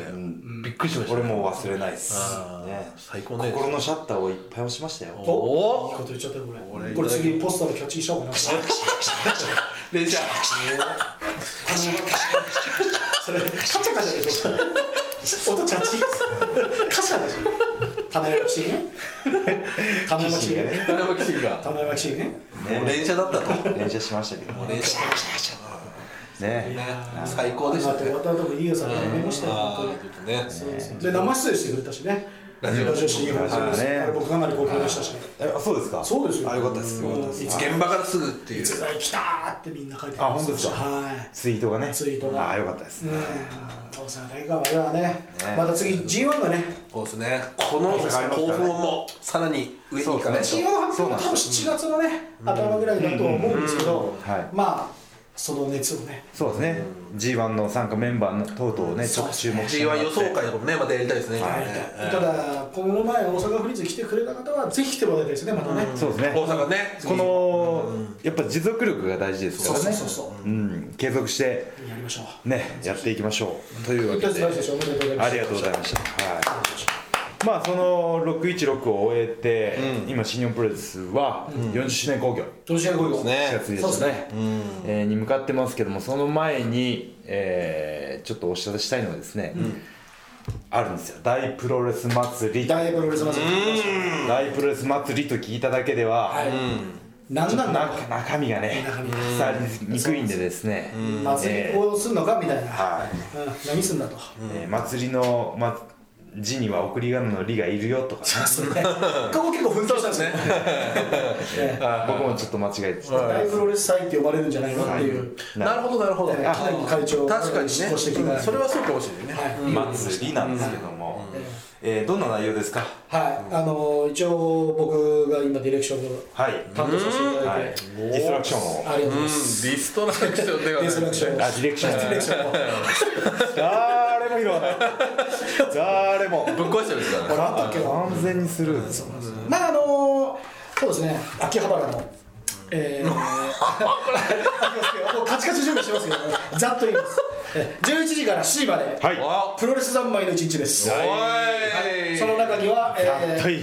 Speaker 3: びっくりしました
Speaker 1: 俺も忘れないです
Speaker 3: あー
Speaker 1: ね
Speaker 3: 最高ね
Speaker 1: 心のシャッターをいっぱい押しましたよ
Speaker 3: お
Speaker 2: おい
Speaker 3: お
Speaker 2: いこと言っちゃったよこ
Speaker 3: 俺
Speaker 2: れこれ次ポスターのキャッチにしようかな
Speaker 3: でじゃ
Speaker 2: それカチャカチャでしょ音チャチカシャでしょ種まきね種まき
Speaker 1: が
Speaker 2: ね
Speaker 3: あ
Speaker 1: ね
Speaker 3: 誰も来てるか
Speaker 2: 種まきね
Speaker 3: もう連射だったと
Speaker 1: 連射しましたけど
Speaker 3: もう
Speaker 1: ね
Speaker 3: 連射
Speaker 1: ね
Speaker 2: やー
Speaker 3: 最高でしたね
Speaker 2: 終わった後も飯尾さんが見ましたよ
Speaker 3: ああ
Speaker 2: 本
Speaker 3: いうことね
Speaker 2: 当にで生出演してくれたしねラジ
Speaker 1: ラ
Speaker 2: オ CM
Speaker 1: ジオ CM
Speaker 2: です
Speaker 1: ね
Speaker 2: あれ僕かなり好評でしたし
Speaker 1: えあそうですか
Speaker 2: そうですよ
Speaker 1: あよかったですよかったです
Speaker 2: うん
Speaker 3: いつ現場からすぐってい
Speaker 2: いうつだい来たーってみんな書いて
Speaker 1: あ本当ですか
Speaker 2: はい
Speaker 1: ツイートがね
Speaker 2: ツイートが
Speaker 1: あよかったです
Speaker 2: うん
Speaker 1: ね
Speaker 2: 大阪大学はね
Speaker 1: ね
Speaker 2: また次 G1 がね
Speaker 3: そうですねこの興奮もさらに上に行かないと
Speaker 2: 一応発表は多分7月のね、頭ぐらいだと思うんですけど、
Speaker 1: はい
Speaker 2: まあその熱をね
Speaker 1: そうですね G1 の参加メンバーのとうとうねちょっと注目しても
Speaker 3: G1
Speaker 1: らっ
Speaker 3: 予
Speaker 1: て
Speaker 3: 想会とかもねまたやりたいですね
Speaker 2: やりたいただこの前大阪府立に来てくれた方はぜひ来てもらいたいですねまたね、
Speaker 1: そうですね
Speaker 3: 大阪ね
Speaker 1: このやっぱ持続力が大事です
Speaker 2: そ
Speaker 1: か
Speaker 2: う
Speaker 1: ら
Speaker 2: そう
Speaker 1: ね
Speaker 2: そうそう
Speaker 1: うん継続して
Speaker 2: やりましょう
Speaker 1: ねやっていきましょうというわ
Speaker 2: 一
Speaker 1: け
Speaker 2: ヶ月
Speaker 1: で
Speaker 2: 来週おめでとうございます
Speaker 1: ありがとうございましたはいまあその616を終えて、今新日本プロレスは40周年興行、
Speaker 2: どうしよう
Speaker 3: そうですね
Speaker 1: 4月1日です
Speaker 2: そうです
Speaker 1: ねえーに向かってますけどもその前に、えーちょっとお知らせしたいのはですね、あるんですよ大プロレス祭り
Speaker 2: 大プロレスマジッ
Speaker 1: 大プロレス祭りと聞いただけでは、
Speaker 2: はい、なん、なんだ
Speaker 1: な
Speaker 2: ろう
Speaker 1: 中身がね
Speaker 2: 中身が
Speaker 1: 伝わりにくいんでですね、
Speaker 2: 祭りをするのかみたいな、
Speaker 1: はい
Speaker 2: うん、何すんだと、
Speaker 1: えー祭りの、ま、字には送り仮名の「り」がいるよとかね
Speaker 2: それね過去結構奮闘したんですよね え
Speaker 1: あ僕もちょっと間違えてた
Speaker 2: え大プロレス祭って呼ばれるんじゃないのっていう、
Speaker 3: なるほどなるほど
Speaker 2: ええ木会長
Speaker 3: 確かにね
Speaker 2: ご指摘が
Speaker 3: うんそれはそうかもしれないね
Speaker 2: はい
Speaker 1: 祭りなんですけども、えーどんな内容ですか
Speaker 2: はい、あの一応僕が今ディレクションを
Speaker 1: はい、
Speaker 2: 担当させていただいて、
Speaker 1: ディストラクションを
Speaker 2: ありがとうござい
Speaker 3: うんデ
Speaker 2: ま
Speaker 3: ィ
Speaker 2: す。
Speaker 3: ストラクションで
Speaker 2: デ
Speaker 3: は
Speaker 2: ィ
Speaker 3: な
Speaker 2: ストラクションを、
Speaker 1: あディレクション
Speaker 2: ディレクションを、
Speaker 1: 誰も拾わない誰も
Speaker 3: ぶっ壊してるんですからね
Speaker 2: これあったっけな。
Speaker 1: 完全にスルーです
Speaker 2: まああのそうですね、秋葉原の。え ー、ありますけどもうカチカチ準備してますけど、ざっと言います。え11時から7時まで、
Speaker 1: はい
Speaker 3: お
Speaker 2: プロレス三昧の一日です。
Speaker 3: い
Speaker 2: その中には、え
Speaker 1: はい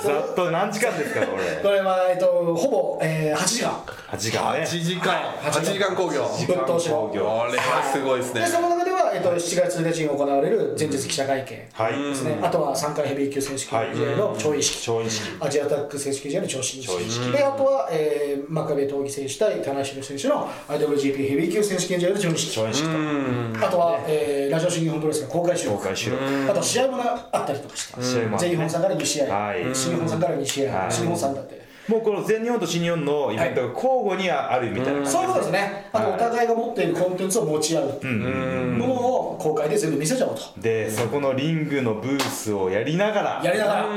Speaker 1: ざっと何時間ですかこ
Speaker 2: ー、
Speaker 1: れ
Speaker 2: これは、えっと、ほぼ、えー、8時間。
Speaker 1: 8時間ね
Speaker 3: 8時間8時間興行
Speaker 2: 時間
Speaker 1: 工業
Speaker 3: あれはすごいです
Speaker 2: で、
Speaker 3: ね
Speaker 2: その中では、えっと、7月1日に行われる前日記者会見。
Speaker 1: はい
Speaker 2: ですね、あとは3回ヘビー級選手権試合の超意識、
Speaker 1: 超意識
Speaker 2: アジアタック選手権試合の超新
Speaker 1: 超意
Speaker 2: 識であとは、えー、真壁闘技選手対田中宏選手の IWGP ヘビー級選手権試合の超意識
Speaker 1: 超意識
Speaker 2: あとは、えーラジオ新日本プロレスの公開収
Speaker 1: 公
Speaker 2: 録
Speaker 1: 開収録
Speaker 2: あと試合もなあったりとかして
Speaker 1: 試合もあって
Speaker 2: 全日本さんから2試合、
Speaker 1: はい
Speaker 2: 新日本さんから2試合、
Speaker 1: はい
Speaker 2: 新日本さんだって。
Speaker 1: もうこの全日本と新日本のイベントが交互にあるみたいな
Speaker 2: そういうことですね、あと
Speaker 1: はい
Speaker 2: お互いが持っているコンテンツを持ち合うっていうものを公開で全部見せちゃおうと、
Speaker 1: でそこのリングのブースをやりながら
Speaker 2: やりながら、
Speaker 1: ま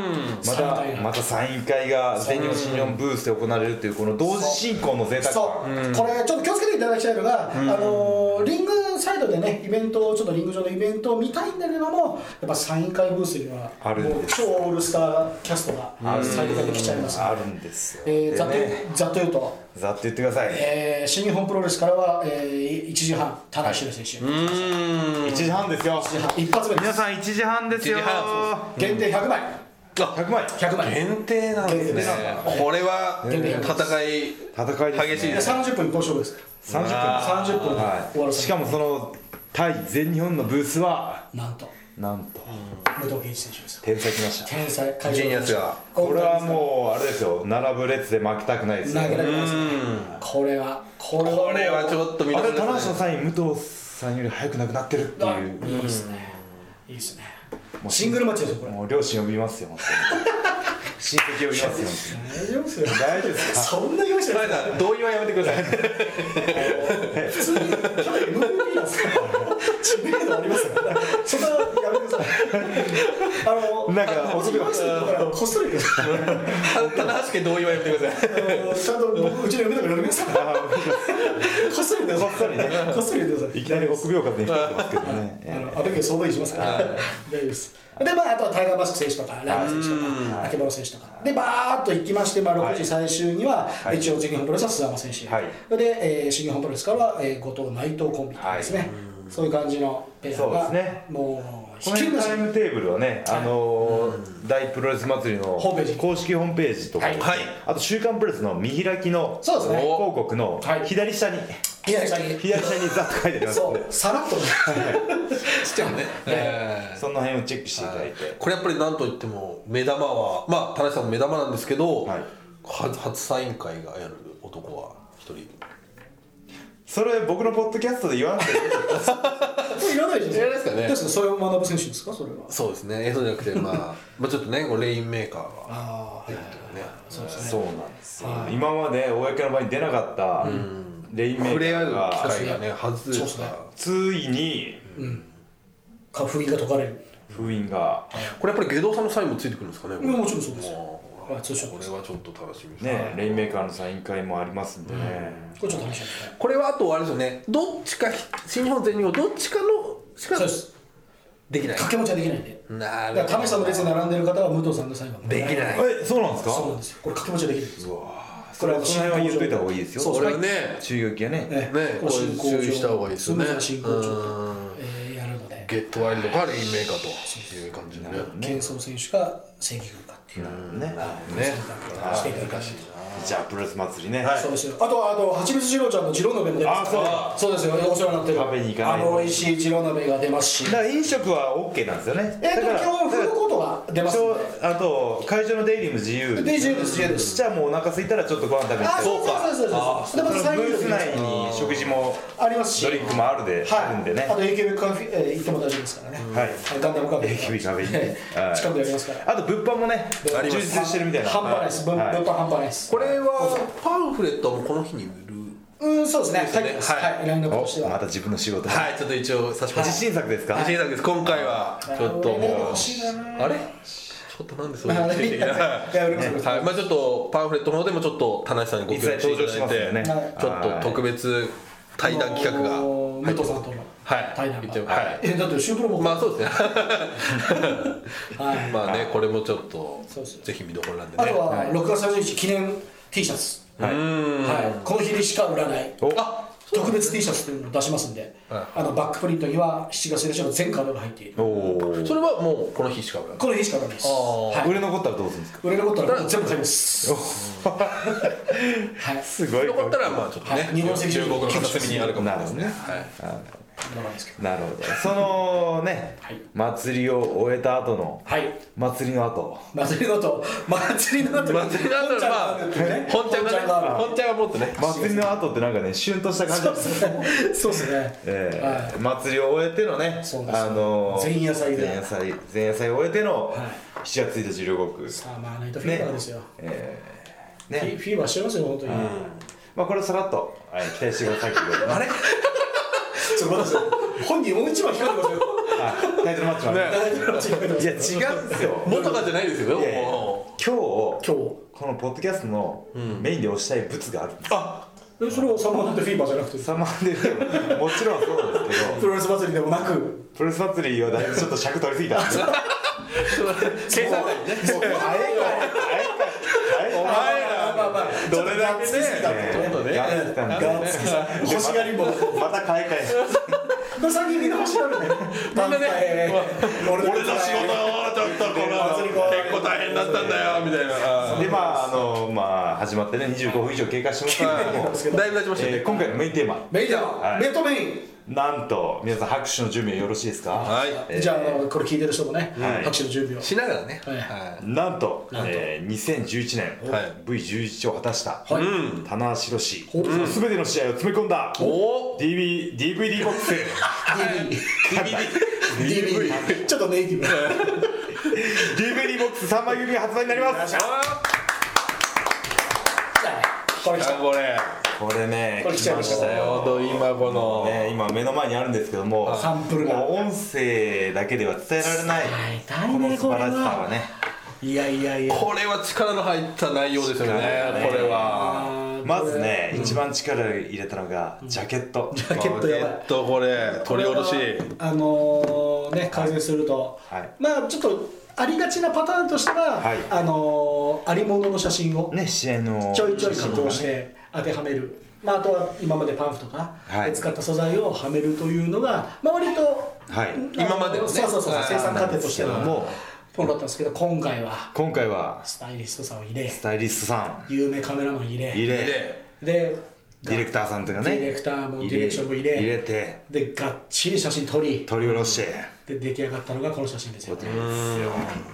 Speaker 2: 参加
Speaker 1: た
Speaker 2: や
Speaker 1: またサイン会が全日本新日本ブースで行われるというこの同時進行の贅
Speaker 2: そ
Speaker 1: 沢
Speaker 2: う、
Speaker 1: 感
Speaker 2: これちょっと気をつけていただきたいのが、あのーリングサイドでねイベントをちょっとリング上のイベントを見たいんだけどもやっぱサイン会ブースには
Speaker 1: あるん
Speaker 2: もう
Speaker 1: です
Speaker 2: 超オールスターキャストがサイン会で来ちゃいます、
Speaker 1: あるんですよ
Speaker 2: えーざっと
Speaker 1: でね
Speaker 2: ざっと言うと、
Speaker 1: ざっと言ってください
Speaker 2: えー新日本プロレスからは、えー、1時半田中宏選手、
Speaker 1: 1時半ですよ
Speaker 2: 一発目で
Speaker 1: 皆
Speaker 2: す
Speaker 1: さん1時半ですよ
Speaker 3: 1時半
Speaker 2: 限定100枚
Speaker 1: 100枚
Speaker 2: 100枚
Speaker 3: 限定なんですね
Speaker 2: 限定なんだ
Speaker 3: これは
Speaker 2: 限定なんだ
Speaker 3: 戦い
Speaker 1: 戦いです、ね、
Speaker 3: 激しい
Speaker 2: で
Speaker 3: です
Speaker 2: 30分に交渉です
Speaker 1: 30分
Speaker 2: 30分終わらせ
Speaker 1: は
Speaker 2: る
Speaker 1: いしかもその対全日本のブースは
Speaker 2: なんと
Speaker 1: なんと
Speaker 2: 武藤敬司選手です
Speaker 1: 天才来ました
Speaker 2: 天才会場
Speaker 3: ジェニアスが
Speaker 1: これはもうあれですよ並ぶ列で負けたくないですよ
Speaker 2: 投げら
Speaker 1: あ
Speaker 2: れますねこれはこれはもう
Speaker 3: これはちょっと見どこ
Speaker 1: れ
Speaker 3: ろ
Speaker 1: 田
Speaker 3: ですね
Speaker 1: 中のサイン武藤さんより早くなくなってるって
Speaker 2: あ
Speaker 1: いう
Speaker 2: いいですねいいですねシングルマッチですよこれ
Speaker 1: もう両親呼びますよ本当に親戚呼びますよ
Speaker 2: 大丈夫ですよ
Speaker 1: 本当に大丈夫ですか
Speaker 2: そんな用意してない
Speaker 3: 田中さん同意はやめてください
Speaker 2: 普通に去年 MVP なんですから知名度ありますからそんなやめてくだあの
Speaker 1: なんか
Speaker 2: おつましてるからこっそりですあ
Speaker 3: 棚橋家同意はやめてください
Speaker 2: のちゃんと僕うちの嫁だからやめてくださいこっそりでこっそりねこっそりでくださ い
Speaker 1: いきなり臆病風に吹かれてますけど ね
Speaker 2: あ
Speaker 1: え
Speaker 2: のあの時相談員しますから大丈夫ですでまああとはタイガーマスク選手とかライム選手とか秋葉選手とかでバーッと行きましてまあ6時最終には
Speaker 1: はい
Speaker 2: 一応全日本プロレスは須山選手、
Speaker 1: はい
Speaker 2: それで、えー新日本プロレスからは、えー後藤内藤コンビですね、
Speaker 1: はい
Speaker 2: そういう感じのペアが
Speaker 1: そうですね
Speaker 2: もう
Speaker 1: こ
Speaker 2: 引
Speaker 1: の辺の
Speaker 2: き
Speaker 1: タイムテーブルはね、あのー大プロレス祭りの
Speaker 2: ホームページ
Speaker 1: 公式ホームページとか、
Speaker 2: はい
Speaker 3: はい
Speaker 1: あと「週刊プロレス」の見開きの
Speaker 2: そうですね
Speaker 1: 広告の
Speaker 2: はい
Speaker 1: 左下に、
Speaker 2: 左下に
Speaker 1: 左下にざっと書いてありますの
Speaker 2: そ
Speaker 1: で
Speaker 2: うさらっとね
Speaker 3: しちゃうねえ
Speaker 1: その辺をチェックしていただいて、
Speaker 3: ーこれやっぱりなんといっても目玉はまあ田中さんも目玉なんですけど、
Speaker 1: はい
Speaker 3: は初サイン会がやる男は一人
Speaker 1: それ僕のポッドキャストで言わなくていい
Speaker 2: これいらないじゃん
Speaker 3: いらないですかね
Speaker 2: どうそれを学ぶ選手ですかそれは
Speaker 3: そうですねえそうじゃなくて まあまあちょっとねこうレインメーカーが
Speaker 2: ああはい
Speaker 3: ね
Speaker 2: そうですね
Speaker 1: そうなんですよ、
Speaker 2: はい
Speaker 1: 今まで公の場に出なかったレインメ
Speaker 3: 触れ合
Speaker 1: ーカ
Speaker 3: う
Speaker 1: ー
Speaker 3: 機
Speaker 1: が
Speaker 3: 会がね外
Speaker 2: そう
Speaker 3: れ
Speaker 2: ですね
Speaker 3: た
Speaker 1: ついに
Speaker 2: か封印が解かれる
Speaker 1: 封印が
Speaker 3: これやっぱり下道さんのサインもついてくるんですかねこれ
Speaker 2: もちろんそうですよ
Speaker 3: もう
Speaker 2: はい通称
Speaker 3: これはちょっと楽しみです
Speaker 1: ねレインメーカーのサイン会もありますんでね、
Speaker 2: これちょっと話しますね
Speaker 3: これはあとあれですよねどっちか新日本全日本どっちかのしか
Speaker 2: そうです
Speaker 3: できない
Speaker 2: 掛け持ちはできないんで
Speaker 3: な
Speaker 2: だから亀さんの列に並んでる方は武藤さんの最後
Speaker 3: できない
Speaker 1: えそうなんですか
Speaker 2: そうなんですよこれ掛け持ちはできないんですよ
Speaker 1: それはその辺は言っといた方がいいですよ
Speaker 2: そう
Speaker 3: これはね
Speaker 1: 中撃がね、
Speaker 2: ええ
Speaker 3: ね
Speaker 2: これ進行上
Speaker 3: これ注意した方がいいですよね
Speaker 2: スムーズな進行上
Speaker 3: う
Speaker 2: えーやるので
Speaker 3: ゲットワイルドかレインメーカーという感じでね
Speaker 2: 謙遜選手か正義軍かっていう
Speaker 1: なるほどね
Speaker 3: ね
Speaker 2: していただきたい
Speaker 1: じゃあプロレス祭りね、
Speaker 2: そうですよあとはあとはちみつ二郎ちゃんの二郎鍋も出ますから
Speaker 1: あ
Speaker 2: そうですよお世話になってる
Speaker 1: 食べに行かない
Speaker 2: あの美味しい二郎鍋が出ますし
Speaker 1: だから飲食は OK なんですよね
Speaker 2: えー、
Speaker 1: だ
Speaker 2: で
Speaker 1: か
Speaker 2: も
Speaker 1: ら
Speaker 2: 基本フードコートが出ますんで
Speaker 1: あと会場の出入りも自由
Speaker 2: で自由です自由です
Speaker 1: じゃあもうお腹空いたらちょっとご飯食べに行っ
Speaker 2: あ
Speaker 1: て
Speaker 2: そうかそうそうそうそうでま
Speaker 1: そ
Speaker 2: た
Speaker 1: の
Speaker 2: 最
Speaker 1: ブ
Speaker 2: 後
Speaker 1: ース内に食事も
Speaker 2: ありますし
Speaker 1: ドリンクもあるで、あるんでね
Speaker 2: あと AKB カフェ、えー行っても大丈夫ですからね、
Speaker 1: はい
Speaker 2: ガンダムカフェ
Speaker 1: AKB カフェにねはい
Speaker 2: 近くでやりますから
Speaker 1: あと物販もね
Speaker 3: あります
Speaker 1: 充実してるみたいな
Speaker 2: 半端ないです、ぶん
Speaker 1: はい
Speaker 2: 物販半端ないです
Speaker 3: これはパンフレットはもうこの日に売る
Speaker 2: うんそうですね
Speaker 3: すね
Speaker 2: はい、
Speaker 3: はい
Speaker 2: はい、ラインナップとして
Speaker 1: おま
Speaker 2: は
Speaker 1: た自分の仕事、
Speaker 3: いちょっと一応差し
Speaker 1: 自信作ですか、
Speaker 3: 自信作です今回はちょっとも
Speaker 2: 俺ね
Speaker 3: う
Speaker 2: 欲しいな
Speaker 3: あれちょっとなんでそう
Speaker 2: まあ
Speaker 3: いう
Speaker 2: いやいや俺もそうです
Speaker 3: はいまあ、ちょっとパンフレットの方でもちょっと田無さんにご協力していただ
Speaker 1: 実際登
Speaker 3: いて
Speaker 1: 場しますよね
Speaker 3: ちょっと特別対談企画が
Speaker 2: あのー武藤さんとの
Speaker 3: はい
Speaker 2: 対談
Speaker 3: 言って
Speaker 2: が、
Speaker 3: もはい
Speaker 2: えだってシュープロも、
Speaker 3: まあそうですね
Speaker 2: はい
Speaker 3: まあねこれもちょっと
Speaker 2: そうですね
Speaker 3: ぜひ見どころなんでね
Speaker 2: あとは6月30日記念 T シャツ、
Speaker 1: はい
Speaker 2: はい、この日でしか売らない
Speaker 1: お
Speaker 2: 特別 T シャツというのを出しますんで、
Speaker 3: は
Speaker 2: あのバックプリントには7月1日の全カードが入っている
Speaker 1: おー
Speaker 3: それはもうこの日しか売らない
Speaker 2: この日しか売らないです、
Speaker 3: あ
Speaker 2: はい
Speaker 1: 売れ残ったらどうするんですか
Speaker 2: 売れることはもう全部買います。 は い。
Speaker 1: すごい
Speaker 3: 残ったらまあちょっとね、
Speaker 2: はい日本赤十字
Speaker 3: 中国の片隅にあるかもしれないですね
Speaker 1: なる
Speaker 3: はい
Speaker 2: わかんないですけど
Speaker 1: なるほどそのね、
Speaker 2: はい
Speaker 1: 祭りを終えた後の
Speaker 2: はい。
Speaker 1: 祭りの後
Speaker 2: 祭りの後、祭りの後に、
Speaker 3: 祭りの後はまあ
Speaker 2: 本ちゃんがね
Speaker 3: 本ちゃんがね
Speaker 2: 本
Speaker 3: 本ちゃんがもっとね
Speaker 1: 祭りの後ってなんかねシュンとした感じ
Speaker 2: ちゃんが
Speaker 1: です
Speaker 2: そうですね。
Speaker 1: ええ
Speaker 2: は
Speaker 1: 祭りを終えてのね
Speaker 2: そうです
Speaker 1: あのー
Speaker 2: 前夜祭で
Speaker 1: 前夜祭前夜祭を終えての
Speaker 2: い
Speaker 1: 7月1日両国
Speaker 2: い。さあ、まあ、ナイトフィー
Speaker 1: ね
Speaker 2: バーですよ。
Speaker 1: ええ
Speaker 2: フィ
Speaker 1: ね
Speaker 2: フィーバーしてますよ、本当に。
Speaker 1: まあこれをさらっと、はい、期待してくださいということで
Speaker 3: あれ
Speaker 2: ちょっと待ってください本人もう一枚光ってます
Speaker 1: は
Speaker 2: よ。
Speaker 1: いタイトルマッチはね
Speaker 3: ね
Speaker 1: いや違うんですよ
Speaker 3: 元がじゃないですよ
Speaker 1: いやいや今
Speaker 3: も
Speaker 1: 日こ
Speaker 2: 今
Speaker 1: のポッドキャストのメインで推したい物があるんです
Speaker 3: うあ
Speaker 2: 日。えそれをサマーナイトフィーバーじゃなくて、
Speaker 1: サマーデーもちろんそうなんですけど
Speaker 2: プロレス祭りでもなく、
Speaker 1: プロレス祭りはだいぶちょっと尺取りすぎた。あ
Speaker 3: 計算外にねお前ら
Speaker 2: まあまあまあ、
Speaker 3: どれだけね
Speaker 1: ちょっとね
Speaker 3: やってたんだよ
Speaker 2: ガ
Speaker 3: ね
Speaker 2: ッツキさん欲しがりんぼ。
Speaker 1: また買い替え。
Speaker 2: これ先に見直しになるね。
Speaker 3: みんなね
Speaker 2: 俺
Speaker 3: 俺の仕事はちょっとこ
Speaker 2: 祭り
Speaker 3: れ結構大変だったんだよみたいな
Speaker 1: でまああのまあ始まってね25分以上経過しましたけども、
Speaker 3: だいぶ経ちました
Speaker 1: えー
Speaker 3: ね
Speaker 1: 今回のメインテーマ
Speaker 2: メインだ
Speaker 1: は
Speaker 2: わ。
Speaker 1: い
Speaker 2: メットメイ
Speaker 1: なんと皆さん拍手の準備はよろしいですか。
Speaker 3: は
Speaker 1: えー
Speaker 2: ン。じゃああのこれ聞いてる人もね、
Speaker 1: はい
Speaker 2: 拍手の準備を
Speaker 3: い。しながらね
Speaker 2: はい
Speaker 3: は
Speaker 1: なんと
Speaker 2: なんと
Speaker 1: えー2011年、
Speaker 3: はい
Speaker 1: V11 を果たした、
Speaker 2: はい
Speaker 1: うん棚橋宏志
Speaker 2: ほう
Speaker 1: すべての試合を詰め込んだ
Speaker 3: いお
Speaker 1: DV DVD ボックス
Speaker 2: DVD ちょっとネイティブ。
Speaker 1: DVD ボックス3枚組が発売になります。
Speaker 2: じゃあねこれ来た
Speaker 1: これこれね
Speaker 2: これ来ちゃいました
Speaker 3: よど今この
Speaker 1: ね、今目の前にあるんですけども
Speaker 2: サンプルが
Speaker 1: もう音声だけでは伝えられない
Speaker 2: 伝えない
Speaker 1: こ
Speaker 2: ね
Speaker 1: の素晴らしさはね
Speaker 2: いやいやいや
Speaker 3: これは力の入った内容ですよねこれは
Speaker 1: まずね、一番力を入れたのがジャケット、
Speaker 2: ジャケットやばい
Speaker 3: えっとこれ取り下ろし
Speaker 2: あのーね改善すると、
Speaker 1: はい
Speaker 2: まあちょっとありがちなパターンとしては、
Speaker 1: はい
Speaker 2: あのーありものの写真を
Speaker 1: ね試合の
Speaker 2: ちょいちょい加工して当てはめる、まあ、あとは今までパンフとか
Speaker 1: はい
Speaker 2: で使った素材をはめるというのが、まあ、割と、
Speaker 1: はい
Speaker 2: あの
Speaker 3: 今までのね
Speaker 2: そうそうそう
Speaker 3: あー
Speaker 2: 生産過程としては
Speaker 1: なんですけども
Speaker 2: ポロだったんですけど今回は
Speaker 1: 今回は
Speaker 2: スタイリストさんを入れ
Speaker 1: スタイリストさ
Speaker 2: 有名カメラマン入
Speaker 1: ん入れ
Speaker 2: れ
Speaker 3: で
Speaker 2: で
Speaker 1: ディレクターさんとかね
Speaker 2: ディレクターもディレクションも入れ
Speaker 1: 入れて
Speaker 2: でがっちり写真撮り
Speaker 1: 取り下ろして、
Speaker 2: で出来上がったのがこの写真ですよね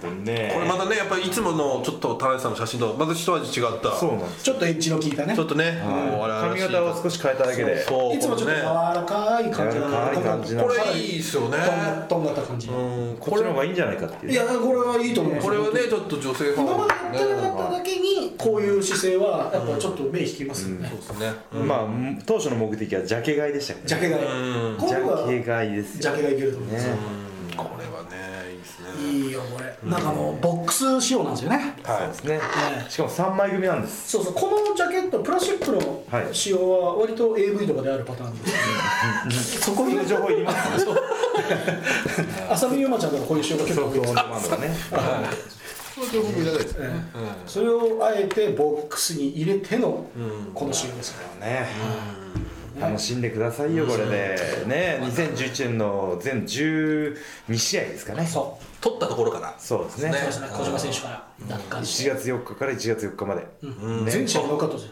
Speaker 1: 本当にね
Speaker 3: これまたねやっぱりいつものちょっと田中さんの写真とまた一味違った
Speaker 1: そうなんです
Speaker 2: ちょっとエッジの効いたね
Speaker 3: ちょっとねもう我々ら
Speaker 1: 髪
Speaker 3: しい
Speaker 1: 型を少し変えただけで
Speaker 3: そう
Speaker 2: いつもちょっと柔
Speaker 3: ね
Speaker 2: らかい感じの
Speaker 1: 柔らかい感じな
Speaker 3: これいいですよ
Speaker 2: とん
Speaker 3: ね
Speaker 2: がとんがった感じ、
Speaker 3: うん
Speaker 1: こっちの方がいいんじゃないかっていう
Speaker 2: いやこれはいいと思います
Speaker 3: これはねちょっと女性ファ
Speaker 2: 今
Speaker 3: ン
Speaker 2: ま
Speaker 3: は
Speaker 2: でやってなかっただけにこういう姿勢はやっぱちょっと目引きますよね、
Speaker 3: そうですね
Speaker 1: まあ当初の目的はジャケ買いでしたけどね
Speaker 2: ジャケ買い
Speaker 3: うん
Speaker 2: 今度は
Speaker 1: ジャケ買いですよ
Speaker 2: ジャケ買いいけると思います、
Speaker 1: ね
Speaker 3: これはねいいですね
Speaker 2: いいよこれ、なんかあのボックス仕様なんですよね
Speaker 1: そうですね
Speaker 2: ね
Speaker 1: しかも3枚組なんです
Speaker 2: そうそうこのジャケットプラスチック
Speaker 1: は
Speaker 2: の
Speaker 1: い
Speaker 2: 仕様は割と AV とかであるパターンです、そこ
Speaker 1: こう
Speaker 2: に
Speaker 1: いう情報いりますね
Speaker 2: 浅見ゆまちゃんとかこういう仕様が結
Speaker 1: ソ
Speaker 2: 構
Speaker 1: フ
Speaker 2: 多
Speaker 1: トオ
Speaker 2: い
Speaker 1: ン
Speaker 2: で
Speaker 1: デ
Speaker 2: す
Speaker 1: マンドがね
Speaker 3: そういうことじゃないですね
Speaker 2: それをあえてボックスに入れてのこの仕様ですから、
Speaker 1: ね楽しんでくださいよこれでね2011年の全12試合ですかね
Speaker 2: そ
Speaker 3: 取ったところから
Speaker 1: そうですね
Speaker 2: うそうですね小島選手から奪還し
Speaker 1: 1
Speaker 2: て、
Speaker 1: 月4日から1月4日まで
Speaker 2: 全試合良かったじ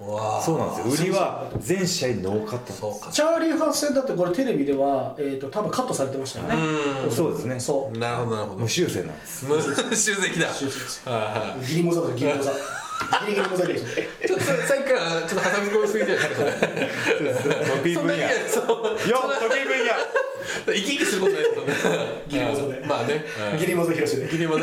Speaker 2: ゃん
Speaker 3: わあ
Speaker 1: そうなんですよ売りは全試合ノーカット
Speaker 3: そうか
Speaker 2: チャーリー・ハッセンだってこれテレビでは、えー、と多分カットされてましたよね
Speaker 1: なんですそうですね
Speaker 2: そう
Speaker 3: なるほどなるほど
Speaker 1: 無修正なんです
Speaker 3: 無修正だ
Speaker 2: 手術です
Speaker 3: は
Speaker 2: ギリモザだギリモザギリギリモザです
Speaker 3: いちょっとさっきからちょっと挟み込みすぎてる
Speaker 1: 得意
Speaker 3: そ
Speaker 1: 分
Speaker 3: ん
Speaker 1: 野
Speaker 3: なに
Speaker 1: よ
Speaker 3: そう
Speaker 1: 得意分野
Speaker 3: 生き生きすることないですよね
Speaker 2: ギリモザで
Speaker 3: まあね
Speaker 2: ギリモザ広しで
Speaker 3: ギリモザ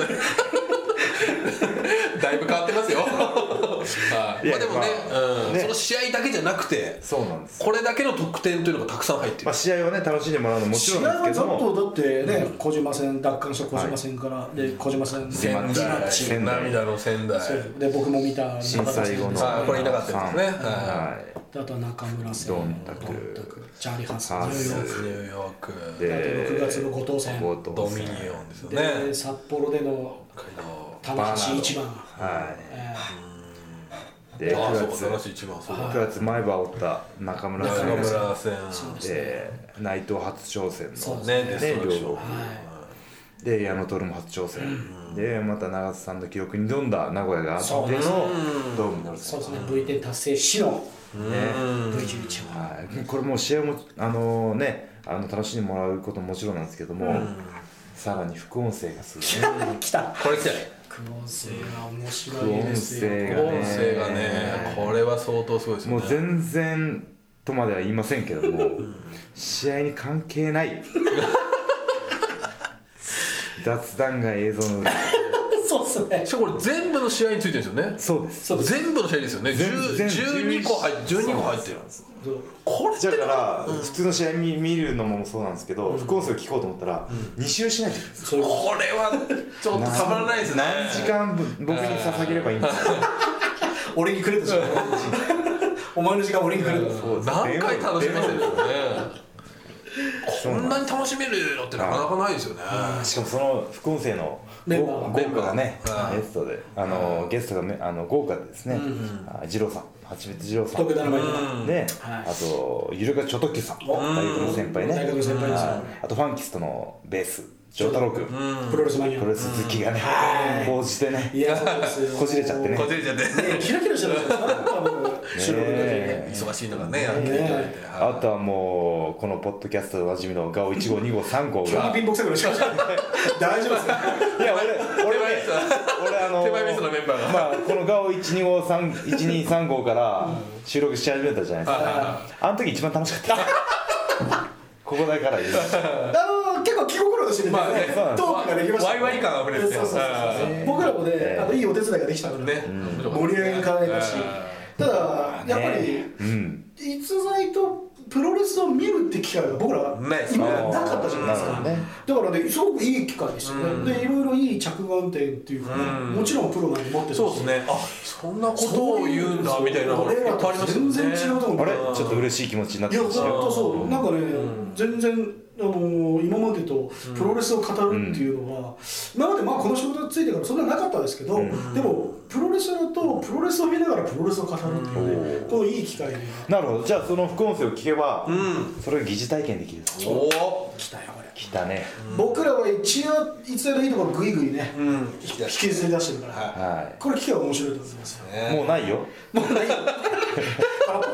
Speaker 3: だいぶ変わってますよはい
Speaker 1: い
Speaker 3: まあ
Speaker 1: や
Speaker 3: でもね
Speaker 1: まあ
Speaker 3: うん
Speaker 1: ね
Speaker 3: その試合だけじゃなくて
Speaker 1: そうなんです
Speaker 3: これだけの得点というのがたくさん入って
Speaker 1: ま
Speaker 3: る
Speaker 1: あ試合をね楽しんでもらうのももち
Speaker 2: 試
Speaker 1: ろ
Speaker 2: 合
Speaker 1: んですけど
Speaker 2: はざっ
Speaker 1: も
Speaker 2: とだってね、小島戦奪還した小島戦から、で小島戦で
Speaker 1: 仙台
Speaker 2: ジナッチ
Speaker 1: 仙台
Speaker 3: 涙の仙台
Speaker 2: そうで僕も見た
Speaker 1: 震災後の
Speaker 3: あーこれいなかったですね
Speaker 1: さんは
Speaker 2: であとは中村
Speaker 1: いど
Speaker 2: 戦
Speaker 1: んたく
Speaker 2: チャーリー・ハッセ
Speaker 1: ハッセン
Speaker 2: ンニューヨー
Speaker 3: ニ
Speaker 2: ク
Speaker 3: ューヨー
Speaker 2: あ
Speaker 3: ク
Speaker 2: と6月の後藤戦
Speaker 1: 後
Speaker 3: ド
Speaker 1: 藤
Speaker 3: ミ
Speaker 1: さ
Speaker 3: ニ
Speaker 1: ん
Speaker 3: オンですよね
Speaker 2: で札幌での
Speaker 3: 北海道
Speaker 2: 玉橋一番、
Speaker 1: は
Speaker 2: え
Speaker 1: いで
Speaker 3: ああそう
Speaker 1: 9
Speaker 3: か
Speaker 1: 月
Speaker 3: 田中一番そうだ
Speaker 1: 9月前歯を折った中村
Speaker 3: 中
Speaker 1: さん
Speaker 3: 村戦
Speaker 2: そうです
Speaker 1: で内藤初挑戦
Speaker 2: そう
Speaker 1: の
Speaker 3: ねデストロイクション
Speaker 1: ねで矢野徹も初挑戦でまた長津さんの記録に挑んだ名古屋があっての
Speaker 2: そうです
Speaker 1: ドームになる
Speaker 2: ーそうですね V10 達成しの
Speaker 1: ね
Speaker 2: V11 は
Speaker 1: はい、これもう試合もあのねあの楽しんでもらうことももちろんなんですけども、さらに副音声がすごい、ね、
Speaker 2: 来た
Speaker 3: これ来たね
Speaker 2: 副音声が面白
Speaker 1: 副
Speaker 2: い
Speaker 1: 音
Speaker 2: ですよ
Speaker 1: 声が
Speaker 3: 音
Speaker 1: ね
Speaker 3: 声がねこれは相当すごいです
Speaker 1: も
Speaker 3: よ
Speaker 1: う
Speaker 3: ね
Speaker 1: 全然とまでは言いませんけども試合に関係ない 雑談が映像の裏
Speaker 2: そうっすね
Speaker 3: しかもこれ全部の試合についてるんですよね
Speaker 1: そうです
Speaker 2: そうです
Speaker 3: 全部の試合ですよね10
Speaker 1: 全
Speaker 3: 12個入って12個入ってるこれって
Speaker 1: だから、普通の試合見見るのもそうなんですけど、副音声を聞こうと思ったら、2周しないといけないんです
Speaker 2: そういうこ
Speaker 3: これはちょっとたまらないですね
Speaker 1: 何時間分僕に捧げればいいんですよ
Speaker 2: と俺にく れたじゃんお前の時間俺にくれた
Speaker 1: そうです
Speaker 3: 何回楽しませるんですよね
Speaker 1: そ
Speaker 3: こ
Speaker 1: うなん
Speaker 3: ん
Speaker 1: です
Speaker 3: なに楽しめるのってなかなかないですよね
Speaker 1: しかもその副音声の
Speaker 2: メンバー
Speaker 1: 豪豪華がね
Speaker 3: メンバー
Speaker 1: ゲストであのゲストがめあの豪華でですねあ二郎さんはちみつ二郎さ
Speaker 2: 特ダネマイト
Speaker 1: んね
Speaker 2: はい
Speaker 1: あとゆるがちょときゅうさん大学の先輩ね
Speaker 2: 大学の先輩ですよ
Speaker 1: はいあとファンキストのベース丈太郎君
Speaker 2: プロレスマニア
Speaker 1: プロレス好きがね応じてね
Speaker 2: いやそうですよ
Speaker 1: こじれちゃってね
Speaker 3: こじれちゃって
Speaker 2: ねキラキラしてるじゃないですかもう収録の時
Speaker 1: ね
Speaker 3: 忙しいのがねやっていただいて
Speaker 1: あとはもうこのポッドキャストでおなじみのガオ1号2号3号
Speaker 2: 急に
Speaker 1: が
Speaker 2: 貧乏くさくなっちゃいましたね大丈夫ですか
Speaker 1: いや俺俺ね俺あの
Speaker 3: 手前味噌のメンバーが
Speaker 1: まあこのガオ1253号から収録し始めたじゃないですかあの時一番楽しかったここだから言う
Speaker 2: あの結構気心の知れてね
Speaker 3: まあね
Speaker 2: トークができました
Speaker 3: ワイワイ感あふれてて
Speaker 2: そうそうそうそう
Speaker 3: う
Speaker 2: 僕らもねあのいいお手伝いができたから
Speaker 3: ね
Speaker 2: 盛り上がりに輝いたし
Speaker 3: うん
Speaker 2: ただやっぱり、
Speaker 1: うん
Speaker 2: 逸材とプロレスを見るって機会が僕らは
Speaker 3: ないです
Speaker 2: 今までなかったじゃないです
Speaker 1: う
Speaker 2: か、
Speaker 1: ん
Speaker 2: ね、だからねすごくいい機会でしたよね、
Speaker 3: うん
Speaker 2: でいろいろいい着眼点っていうかね、
Speaker 3: うん
Speaker 2: もちろんプロなんて持ってるし
Speaker 3: そうですねあそんなことを言うんだみたいなのが
Speaker 2: 俺ら
Speaker 3: いっぱいあり
Speaker 2: と
Speaker 3: ますよ
Speaker 2: 全
Speaker 3: ね
Speaker 2: 然違うとこ
Speaker 1: あ
Speaker 2: ろ
Speaker 1: れちょっと嬉しい気持ちになっ
Speaker 2: い
Speaker 1: て
Speaker 2: や
Speaker 1: きました
Speaker 2: 本
Speaker 1: よ
Speaker 2: 当そうなんかね、
Speaker 3: うん
Speaker 2: 全然あのー今までとプロレスを語るっていうのは、今までまあこの仕事についてからそんななかったですけど、
Speaker 1: うん
Speaker 2: でもプロレスラーとプロレスを見ながらプロレスを語るっていうね、
Speaker 1: うん
Speaker 2: このいい機会で
Speaker 1: なるほどじゃあその副音声を聞けば、
Speaker 3: うん
Speaker 1: それを疑似体験できる
Speaker 3: おお
Speaker 2: 来たよこれ。
Speaker 1: 来たね、
Speaker 2: 僕らは一応逸材のいいところグイグイね、
Speaker 3: うん
Speaker 2: 引きずり出してるから、
Speaker 3: は
Speaker 1: は
Speaker 2: これ機会面白いと思います よ
Speaker 1: い
Speaker 3: いね
Speaker 1: もうないよ
Speaker 2: もうないよ空っぽ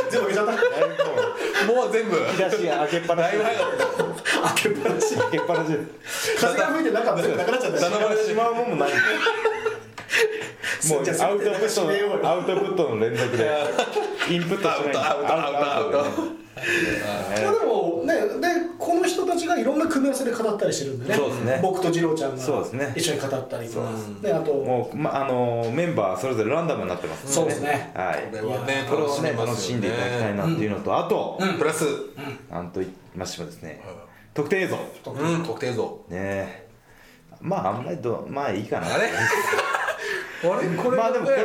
Speaker 2: 全部開けちゃっ
Speaker 1: だいぶも
Speaker 3: もう全部
Speaker 1: う引き出し開けっぱなし
Speaker 2: た開けっぱなし
Speaker 1: 開けっぱなし
Speaker 2: 風が吹いて中全部なくなっちゃったし
Speaker 1: 頼まれてしまうもんもないもう
Speaker 2: じゃあ
Speaker 1: アウトプット
Speaker 2: 締めようよ
Speaker 1: のアウトプットの連続でインプットしない
Speaker 3: アウトアウトアウト
Speaker 1: ト
Speaker 2: いやでもねでこの人たちがいろんな組み合わせで語ったりしてるんでね
Speaker 1: そうですね
Speaker 2: 僕と二郎ちゃんが
Speaker 1: そうですね
Speaker 2: 一緒に語ったりとか
Speaker 3: そう
Speaker 2: であと
Speaker 1: もう、まあのメンバーそれぞれランダムになってますん
Speaker 2: そうですね
Speaker 1: はい
Speaker 3: これはね
Speaker 1: これをね
Speaker 3: 楽しめますよね
Speaker 1: 楽しんでいただきたいなっていうのと、あと、
Speaker 3: プラス
Speaker 1: なんと言いましてもですね、特典映像ね
Speaker 3: うん特定像
Speaker 1: えまああんまりどまあいいかな
Speaker 3: あれあれこれ
Speaker 1: まあでもこれ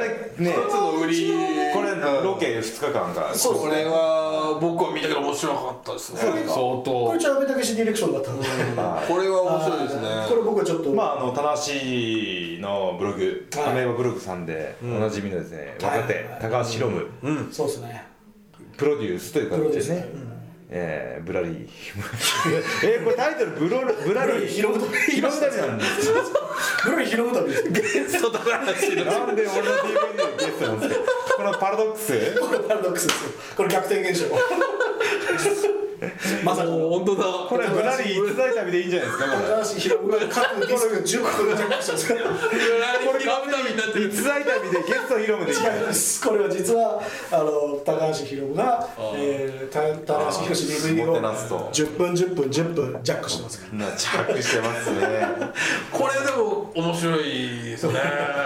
Speaker 1: ね
Speaker 3: 一つの売り
Speaker 1: これ
Speaker 3: うん
Speaker 1: ロケ2日間が
Speaker 2: そうですね
Speaker 3: これは僕は見たけど面白かったですね
Speaker 2: これ
Speaker 3: 相当
Speaker 2: こ
Speaker 3: こ
Speaker 2: れちょっと阿部武史ディレクションだったんで
Speaker 3: れは面白いですね
Speaker 2: これ僕はちょっと
Speaker 1: まああの棚橋のブログ
Speaker 2: はい
Speaker 1: アメーバブログさんでおなじみのですね
Speaker 2: はい
Speaker 1: 若手高橋宏夢
Speaker 3: うん
Speaker 2: そうですね
Speaker 1: プロデュースという形
Speaker 2: プロ
Speaker 1: で
Speaker 2: デュ
Speaker 1: ね
Speaker 2: ースうん
Speaker 1: えーブラリー えこれタイトルブロブラリー
Speaker 2: 拾うと
Speaker 1: 広めためなんですよ
Speaker 2: ブロリー拾うたびです
Speaker 3: ゲストと
Speaker 1: な
Speaker 3: 話
Speaker 1: んで俺の DVD のゲストなんですかこのパラドックス
Speaker 2: これパラドックスですよこれ逆転現象まさかの
Speaker 3: 本当だ
Speaker 1: これブラリー逸材旅でいいんじゃないですかこれ
Speaker 2: 高橋宏夢が各デ ィスク10個ぐらいチェックしたんですけど
Speaker 3: ブラリー広めたみになってる
Speaker 1: 逸材旅でゲスト広めでいいんじゃない
Speaker 2: 違いますこれは実はあの高橋宏夢が、えー、た高橋宏 DVD
Speaker 1: も
Speaker 2: を
Speaker 1: てなすと
Speaker 2: 10分10分10分ジャックしてますから
Speaker 1: なチャックしてますね
Speaker 3: これでも面白いです ね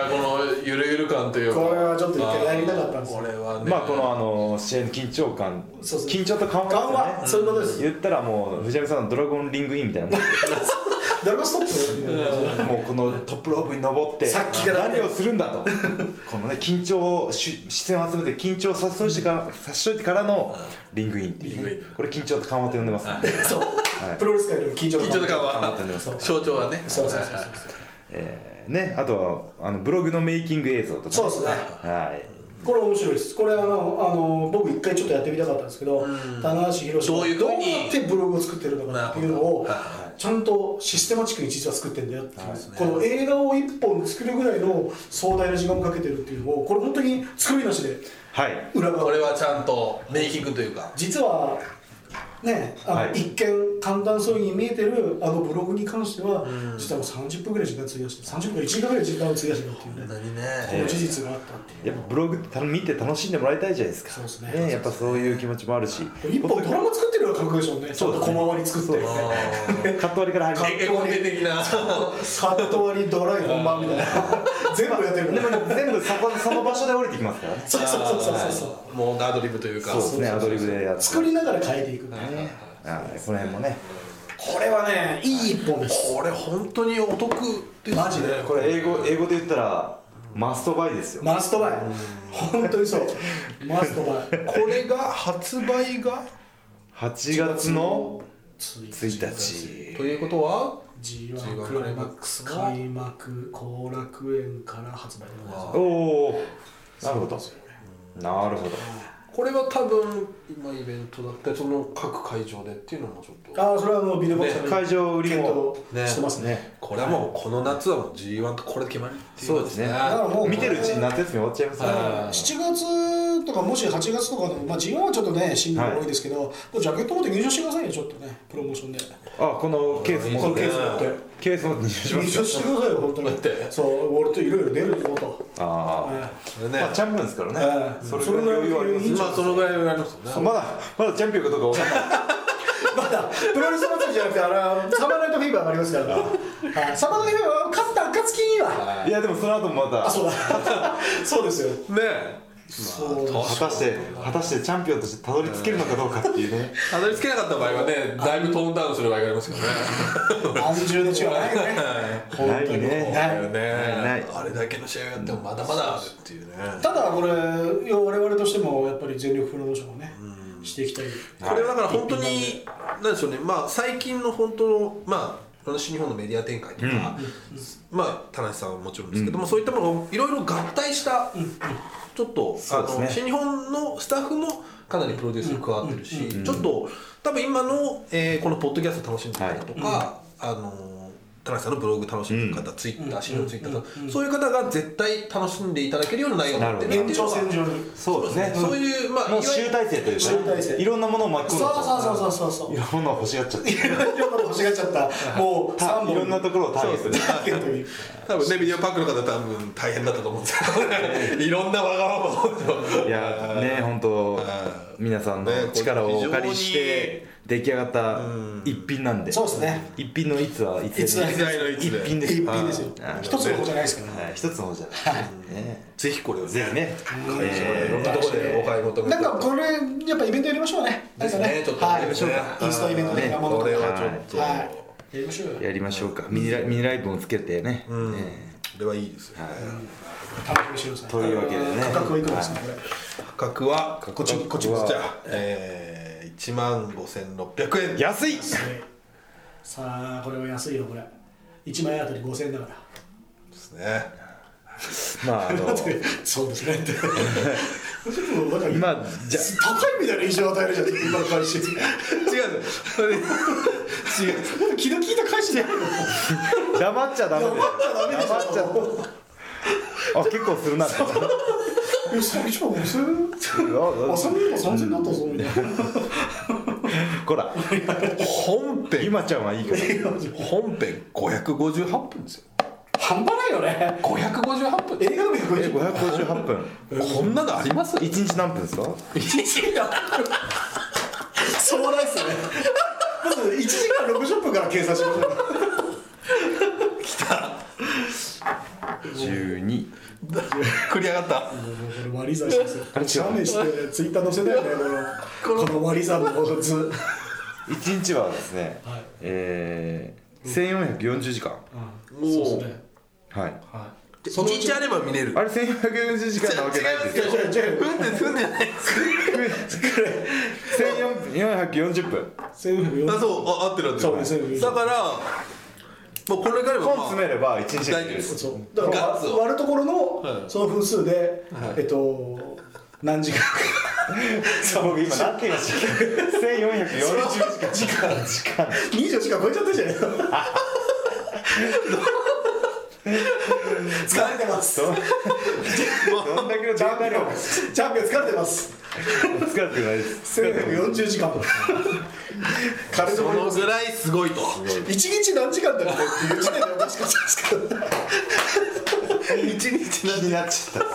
Speaker 3: このゆるゆる感というか
Speaker 2: これはちょっと一回やりたかったんですよ
Speaker 3: これはね
Speaker 1: まあこのあの試合の緊張感
Speaker 2: そうそう
Speaker 1: 緊張と緩和
Speaker 2: 緩和、
Speaker 1: ですよね
Speaker 2: そういうことです、
Speaker 1: 言ったらもう藤波さんのドラゴンリングインみたいなもん
Speaker 2: ドラゴンストップみたいな感じで
Speaker 1: もうこのトップロープに登って
Speaker 2: さっきからね
Speaker 1: 何をするんだ とこのね緊張をし視線を集めて緊張を殺傷してから殺しといてからのリングインっていう、
Speaker 3: リ
Speaker 1: ね
Speaker 3: ングイ、ン
Speaker 1: これ緊張と緩和と呼んでますね、
Speaker 2: そう、
Speaker 1: はい
Speaker 2: プロレス界でも緊張
Speaker 3: 緊張と
Speaker 2: 感
Speaker 3: か
Speaker 1: 頑張ってね
Speaker 3: は象徴はね
Speaker 2: そうそうそうそう
Speaker 1: えーねあとはあのブログのメイキング映像とか、
Speaker 2: そうですね
Speaker 1: はい
Speaker 2: これ面白いですこれあのあの僕一回ちょっとやってみたかったんですけど、棚橋宏
Speaker 3: どういうふ
Speaker 2: どう
Speaker 3: うに
Speaker 2: やってブログを作ってるのかなっていうのをちゃんとシステマチックに実は作ってんだよっていう、この映画を一本作るぐらいの壮大な時間をかけてるっていうのをこれ本当に作りなしで
Speaker 1: はい
Speaker 2: 裏側
Speaker 3: これはちゃんとメイキングというか
Speaker 2: 実はねあの、
Speaker 1: はい
Speaker 2: 一見簡単そうに見えてるあのブログに関しては、実はもう30分ぐらい時間費やして30分1時間ぐらい時間を費やしてるっていうね
Speaker 3: にね
Speaker 2: この事実があったっていう。
Speaker 1: やっぱブログってた見て楽しんでもらいたいじゃないですか
Speaker 2: そうですね
Speaker 1: やっぱそういう気持ちもあるし
Speaker 2: 一本ドラマ作ってるような感覚でしょうね。ちょっと小回り作ってる
Speaker 3: あ
Speaker 2: ね。
Speaker 1: カット割りから
Speaker 3: ー
Speaker 1: 入
Speaker 3: エ
Speaker 1: る
Speaker 3: エコテ的な
Speaker 2: カット割りドライ本番みたいな。全部やって
Speaker 1: で
Speaker 2: るね
Speaker 1: も。ね全部そこその場所で降りてきますからね
Speaker 2: そうそうそうそうそうそう。
Speaker 3: うもうアドリブというか
Speaker 1: そうですねアドリブでやって
Speaker 2: 作りながら変えていくんだね。
Speaker 1: はいこの辺もね
Speaker 2: これはね、いい一本です。
Speaker 3: これ本当にお得ですね
Speaker 2: マジで
Speaker 1: これ英語英語で言ったらマストバイですよ
Speaker 2: マストバイ。本当にそう。マストバ イ。
Speaker 3: これが発売が
Speaker 1: 8月の1日
Speaker 3: ということは
Speaker 2: G1 クライマックス開幕後楽園から発売でございます
Speaker 1: おおーなるほどなるほど
Speaker 3: これは多分今イベントだったりその各会場でっていうのもちょっと
Speaker 2: ああそれはもうビデオボックス
Speaker 3: ね
Speaker 1: 会場売りも
Speaker 2: 検討してますね
Speaker 3: これはもうこの夏はもう G1 とこれで決まりっていう
Speaker 1: そう
Speaker 3: こと
Speaker 1: ですね
Speaker 2: らもう
Speaker 1: 見てるうちに夏休み終わっちゃいますから
Speaker 2: 7月とかもし8月とかでも、まあ、G1 はちょっとね、新聞多いですけど、これジャケット持って入場してくださいよ、ちょっとね、プロモーションで。
Speaker 1: あこのケース
Speaker 3: こ
Speaker 1: 持
Speaker 3: の
Speaker 1: っ
Speaker 3: ケ
Speaker 1: て
Speaker 3: ース持って
Speaker 1: ケース持って入場しま
Speaker 2: 入
Speaker 1: す
Speaker 2: 場してくださいよ、本当に。そう、俺といろいろ出るぞと。
Speaker 1: あ
Speaker 3: こ
Speaker 1: あ
Speaker 3: れね
Speaker 1: まあチャンピオンですからね
Speaker 2: ええ
Speaker 1: それぐらい余裕あります
Speaker 2: それぐらい
Speaker 1: ね
Speaker 2: 余裕
Speaker 3: まあそのぐらいはありますよね
Speaker 1: まだまだチャンピオンかどうかわかんない
Speaker 2: まだ、プロレス祭りじゃなくて、あ の、サマーナイトフィーバーがありますから、はいサマーナイトフィーバーは勝った暁には。
Speaker 1: いやでもその後もま
Speaker 2: あ、
Speaker 1: た
Speaker 2: そうだ。そうですよ。
Speaker 3: ね
Speaker 2: そう
Speaker 1: 果たして果たしてチャンピオンとしてたどり着けるのかどうかっていうね
Speaker 3: たどり着けなかった場合はねだいぶトーンダウンする場合がありますからね
Speaker 2: 安住の地はないよね 本
Speaker 1: ない
Speaker 2: 当に
Speaker 1: ね
Speaker 2: ない
Speaker 3: だよ
Speaker 1: ないない
Speaker 3: ねあれだけの試合やってもまだまだあるっていうね
Speaker 2: ただこれ我々としてもやっぱり全力プロモーションをね、していきたい
Speaker 3: これはだから本当になんでしょうねまあ最近の本当のまあいろんな新日本のメディア展開とか、まあ田無さんはもちろんですけども、そういったものをいろいろ合体した、ちょっと、あ
Speaker 1: うですね
Speaker 3: の新日本のスタッフもかなりプロデュースに加わってるし、ちょっと多分今の、えーこのポッドキャスト楽しんでる方とか、あのー田無さんのブログ楽しんでる方、ツイッター新日本のツイッターとか、そういう方が絶対楽しんでいただけるような内容になってる
Speaker 1: なる
Speaker 3: っ
Speaker 1: ほ
Speaker 3: て
Speaker 2: 延
Speaker 3: いう
Speaker 2: 長線
Speaker 3: のが
Speaker 2: 上に
Speaker 1: そうですね
Speaker 3: そういうまあ
Speaker 1: もう
Speaker 3: いわゆる
Speaker 1: 集大成というか
Speaker 2: 集大成
Speaker 1: いろんなものを巻き込ん
Speaker 2: そう
Speaker 1: で
Speaker 2: そうそうそうそう
Speaker 1: いろんなものを欲しがっちゃって
Speaker 2: いろんなの欲しがっちゃったもう3本
Speaker 1: いろんなところをターゲットに
Speaker 2: ターゲットに
Speaker 3: 多分ね、ビデオパークの方多分大変だったと思うんです けど、いろんなわがままを。
Speaker 1: いやね本当皆さんの力をお借りして出来上がった一品なんで
Speaker 2: そうですね
Speaker 1: 一品のいつはいつ
Speaker 2: 逸
Speaker 1: で
Speaker 2: 話
Speaker 1: ね
Speaker 3: 一代の一
Speaker 1: 一品で
Speaker 3: で。
Speaker 1: す
Speaker 2: 一品ですよ
Speaker 1: はい
Speaker 2: 一つのことじゃないですから
Speaker 1: はい一つの方じゃないね
Speaker 3: ぜひこれを
Speaker 1: ぜひね
Speaker 3: いろんなところでお買い求め
Speaker 2: なんかこれやっぱイベントやりましょうね
Speaker 3: ですね
Speaker 2: なんか
Speaker 3: ちょっと
Speaker 2: は
Speaker 3: や
Speaker 2: い
Speaker 3: りましょうか
Speaker 2: インスタイベントで
Speaker 1: ね
Speaker 2: もの
Speaker 3: こと
Speaker 2: か
Speaker 3: れ
Speaker 2: は
Speaker 3: はちょっと、
Speaker 2: いやりましょうよ
Speaker 1: やりましょうかミニライミニライブもつけてねね
Speaker 3: これはいいですよね、
Speaker 2: 楽しみにして
Speaker 1: と
Speaker 2: ください
Speaker 1: いうわけでね
Speaker 2: 価格はいくらですかこれ
Speaker 3: 価格はこっち
Speaker 1: 価格は
Speaker 3: こっちこっちじゃあえー、1万5600円
Speaker 1: 安い
Speaker 2: さあこれは安いよこれ1枚あたり5000円だから
Speaker 3: ですね
Speaker 1: まあ あの
Speaker 2: そうです ねって今高い
Speaker 1: まあ じゃ
Speaker 2: みたいな印象を与えるじゃん今の返し
Speaker 3: 違うんですそれで違う
Speaker 2: 気の利いた返しじゃないの
Speaker 1: 黙っちゃダメだよ
Speaker 2: 黙っちゃダメでしょ
Speaker 1: 黙っちゃあ結構するなって
Speaker 2: え最初は5000あそれでも3000だったぞみたいな
Speaker 1: ほら
Speaker 3: 本編
Speaker 1: 今ちゃんはいいから
Speaker 3: 本編558分ですよ
Speaker 2: 半端ないよね
Speaker 3: 558分
Speaker 2: 映画の見
Speaker 1: え
Speaker 2: る
Speaker 1: 558分
Speaker 3: こんなのあります
Speaker 1: 1日何分ですか
Speaker 2: そうなんですねまず1時間60分から計算しましょう
Speaker 1: 12
Speaker 3: 繰り上がった
Speaker 2: これ割り算ですよ。写メしてツイッター載せたよね。このこの割り算の図。
Speaker 1: 1日はですね、
Speaker 2: はい
Speaker 1: えー、1440時間
Speaker 3: おお
Speaker 1: はい
Speaker 2: はい。
Speaker 3: 一日あれば見れる
Speaker 1: あれ1440時間なわけないですよ
Speaker 2: 違う違う。
Speaker 3: 踏んで踏んでないです
Speaker 1: 1440分
Speaker 2: 千円
Speaker 3: あそうあ合ってる合ってる
Speaker 2: そうですね
Speaker 3: だから、まあ、これから
Speaker 1: 本
Speaker 3: も、
Speaker 1: 詰
Speaker 3: ま
Speaker 1: めれば1日で
Speaker 3: 大丈夫
Speaker 1: で
Speaker 3: ですす
Speaker 2: そう。だから
Speaker 3: ガッツを
Speaker 2: 割るところのその分数で、えっと何時間か。
Speaker 1: 僕今何て言いましたっけ1440時 間時間
Speaker 2: 二十時間超えちゃったじゃない。疲れてます。
Speaker 1: どんだけの時間量
Speaker 2: チャンピオン疲れてます。
Speaker 1: 使ってないです
Speaker 2: 千円四十時間。彼
Speaker 3: あ、
Speaker 2: と
Speaker 3: こ
Speaker 2: も
Speaker 3: のぐらいすごいと
Speaker 2: 一日何時間だっけっていう時点でおかしかったですけど。
Speaker 3: 一日
Speaker 1: 気になっちゃった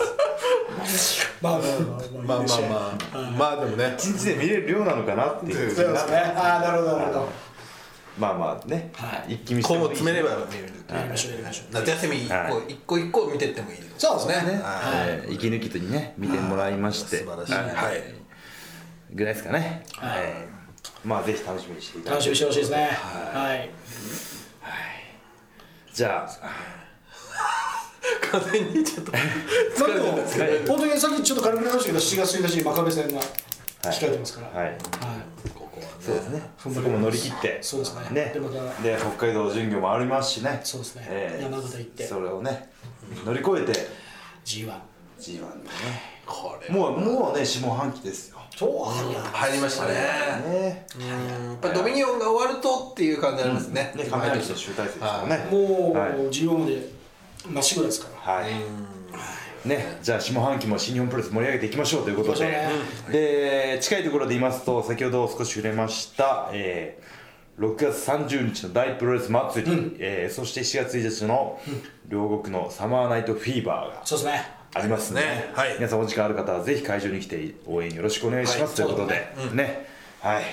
Speaker 2: まあまあ
Speaker 3: ま
Speaker 2: まあ
Speaker 3: あまあまあまあでもね
Speaker 1: 1日で見れる量なのかなっていう
Speaker 2: そうですね。ああなるほどなるほど。
Speaker 1: まあまあね、一気見して
Speaker 3: 今後
Speaker 1: もいいし
Speaker 3: 詰めれば見れる
Speaker 2: やりましょうやりましょう。
Speaker 3: 夏休み一
Speaker 1: は
Speaker 3: 個一個一個見てってもいいです
Speaker 2: そうですね。
Speaker 3: は
Speaker 1: えー息抜きとにね見てもらいま
Speaker 3: い
Speaker 1: して
Speaker 3: 素晴らしいはい
Speaker 1: ぐらいですかねはいまあぜひ楽しみにしていただ
Speaker 2: 楽
Speaker 1: い
Speaker 2: してみにしてほしいですね。はい。
Speaker 1: じゃあ
Speaker 3: 風にちょっと
Speaker 2: まあでも本当にさっきちょっと軽く言いましたけど、7月1日に真壁戦が控えてますから。はい。
Speaker 1: はいそうですねそこも乗り切って
Speaker 2: そうですね
Speaker 1: ね
Speaker 2: でまた
Speaker 1: で北海道巡業もありますしね
Speaker 2: そうですね
Speaker 1: えー
Speaker 2: 山形行って
Speaker 1: それをね乗り越えて
Speaker 2: G1。
Speaker 1: G1 でね
Speaker 3: これ
Speaker 1: もうもうね下半期ですよ
Speaker 2: そうあるやん。
Speaker 3: 入りましたね
Speaker 1: ね
Speaker 3: やっぱドミニオンが終わるとっていう感じありますね
Speaker 1: ね亀梨の集大成ですからね
Speaker 2: もう
Speaker 1: はい
Speaker 2: G1 まで真っ白ですから。
Speaker 1: はい。ね、じゃあ下半期も新日本プロレス盛り上げていきましょうということで、
Speaker 2: 行きましょ
Speaker 1: で近いところで言いますと先ほど少し触れました、えー6月30日の大プロレス祭り、えーそして7月1日の両国のサマーナイトフィーバーが
Speaker 2: そうですね。
Speaker 1: ありますね
Speaker 3: ねはい
Speaker 1: 皆さんお時間ある方はぜひ会場に来て応援よろしくお願いします、
Speaker 2: はい
Speaker 1: ということで、ねはい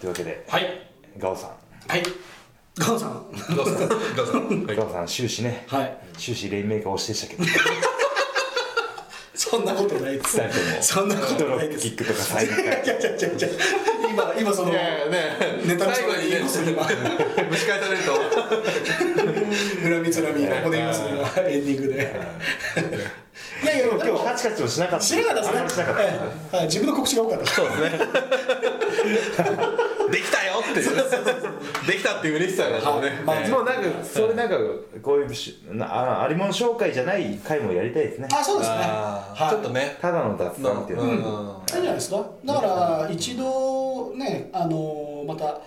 Speaker 1: というわけで、
Speaker 2: はい。
Speaker 1: ガオさん
Speaker 2: はい。ガンさん。
Speaker 3: どう ぞどうぞはい
Speaker 1: ガオさん終始ね、
Speaker 2: はい。
Speaker 1: 終始レインメーカー推しでしたけど
Speaker 2: そそんなことないです
Speaker 1: 二人とも
Speaker 2: そんなこと
Speaker 1: ドロ
Speaker 2: ない
Speaker 1: ッ
Speaker 2: で
Speaker 1: プ
Speaker 2: す
Speaker 1: キックとか
Speaker 2: い
Speaker 1: サイドキッ
Speaker 2: やいやいやいやいや今今その
Speaker 3: いやいやね
Speaker 2: ネタの
Speaker 3: 最後にね
Speaker 2: 言いますね今
Speaker 3: 蒸し返されると
Speaker 2: 恨みつらみがここで言いますね今エンディングでいやいや
Speaker 1: ク
Speaker 2: 今
Speaker 1: でも今日カチカチもしなかった
Speaker 2: 知らなかった
Speaker 1: あんま
Speaker 2: で
Speaker 1: りし
Speaker 2: す
Speaker 1: なか
Speaker 2: ね
Speaker 1: った
Speaker 2: はいはい自分の告知が多かった
Speaker 3: そうですねできたよっていうできたっていう嬉しさがもうね
Speaker 2: はいまあ
Speaker 1: もうなんかそれなんかこういうしなあ有馬の紹介じゃない回もやりたいですね
Speaker 2: あそうですね
Speaker 3: あ
Speaker 2: は
Speaker 3: ー
Speaker 2: い
Speaker 3: ちょっとね
Speaker 1: ただの雑談っていうのは、
Speaker 3: う
Speaker 2: い
Speaker 3: ん
Speaker 2: いんじゃないですかだから一度ねあのーまた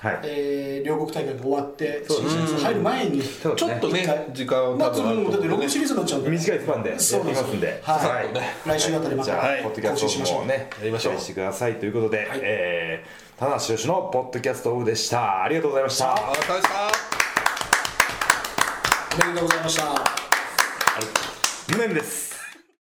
Speaker 1: はい
Speaker 2: えー両国大会が終わって
Speaker 1: そう
Speaker 2: 新
Speaker 1: です
Speaker 2: シリーズ入る前に
Speaker 1: そうです
Speaker 3: ちょっと
Speaker 2: 一
Speaker 3: ね
Speaker 2: 回
Speaker 3: 時間を
Speaker 2: ま
Speaker 3: 多
Speaker 2: あそ
Speaker 3: 分ある
Speaker 2: の
Speaker 3: と
Speaker 2: だって
Speaker 3: 思う
Speaker 2: 6シリーズになっちゃうんで
Speaker 1: 短いスパンでやって
Speaker 2: そう
Speaker 1: い
Speaker 2: で
Speaker 1: き
Speaker 2: す
Speaker 1: ますんで、
Speaker 2: はい来週あたりまた
Speaker 1: じゃあ、
Speaker 2: はい
Speaker 1: ポッドキャスト
Speaker 2: 更新しまし
Speaker 1: の
Speaker 2: ょう
Speaker 1: 方をね、
Speaker 3: やりましょう
Speaker 1: 期待してくださいということで、
Speaker 2: はい
Speaker 1: えー、田中氏のポッドキャストオフでした。ありがとうございました。
Speaker 3: あー大した
Speaker 2: おめでとうございました
Speaker 1: 無念です。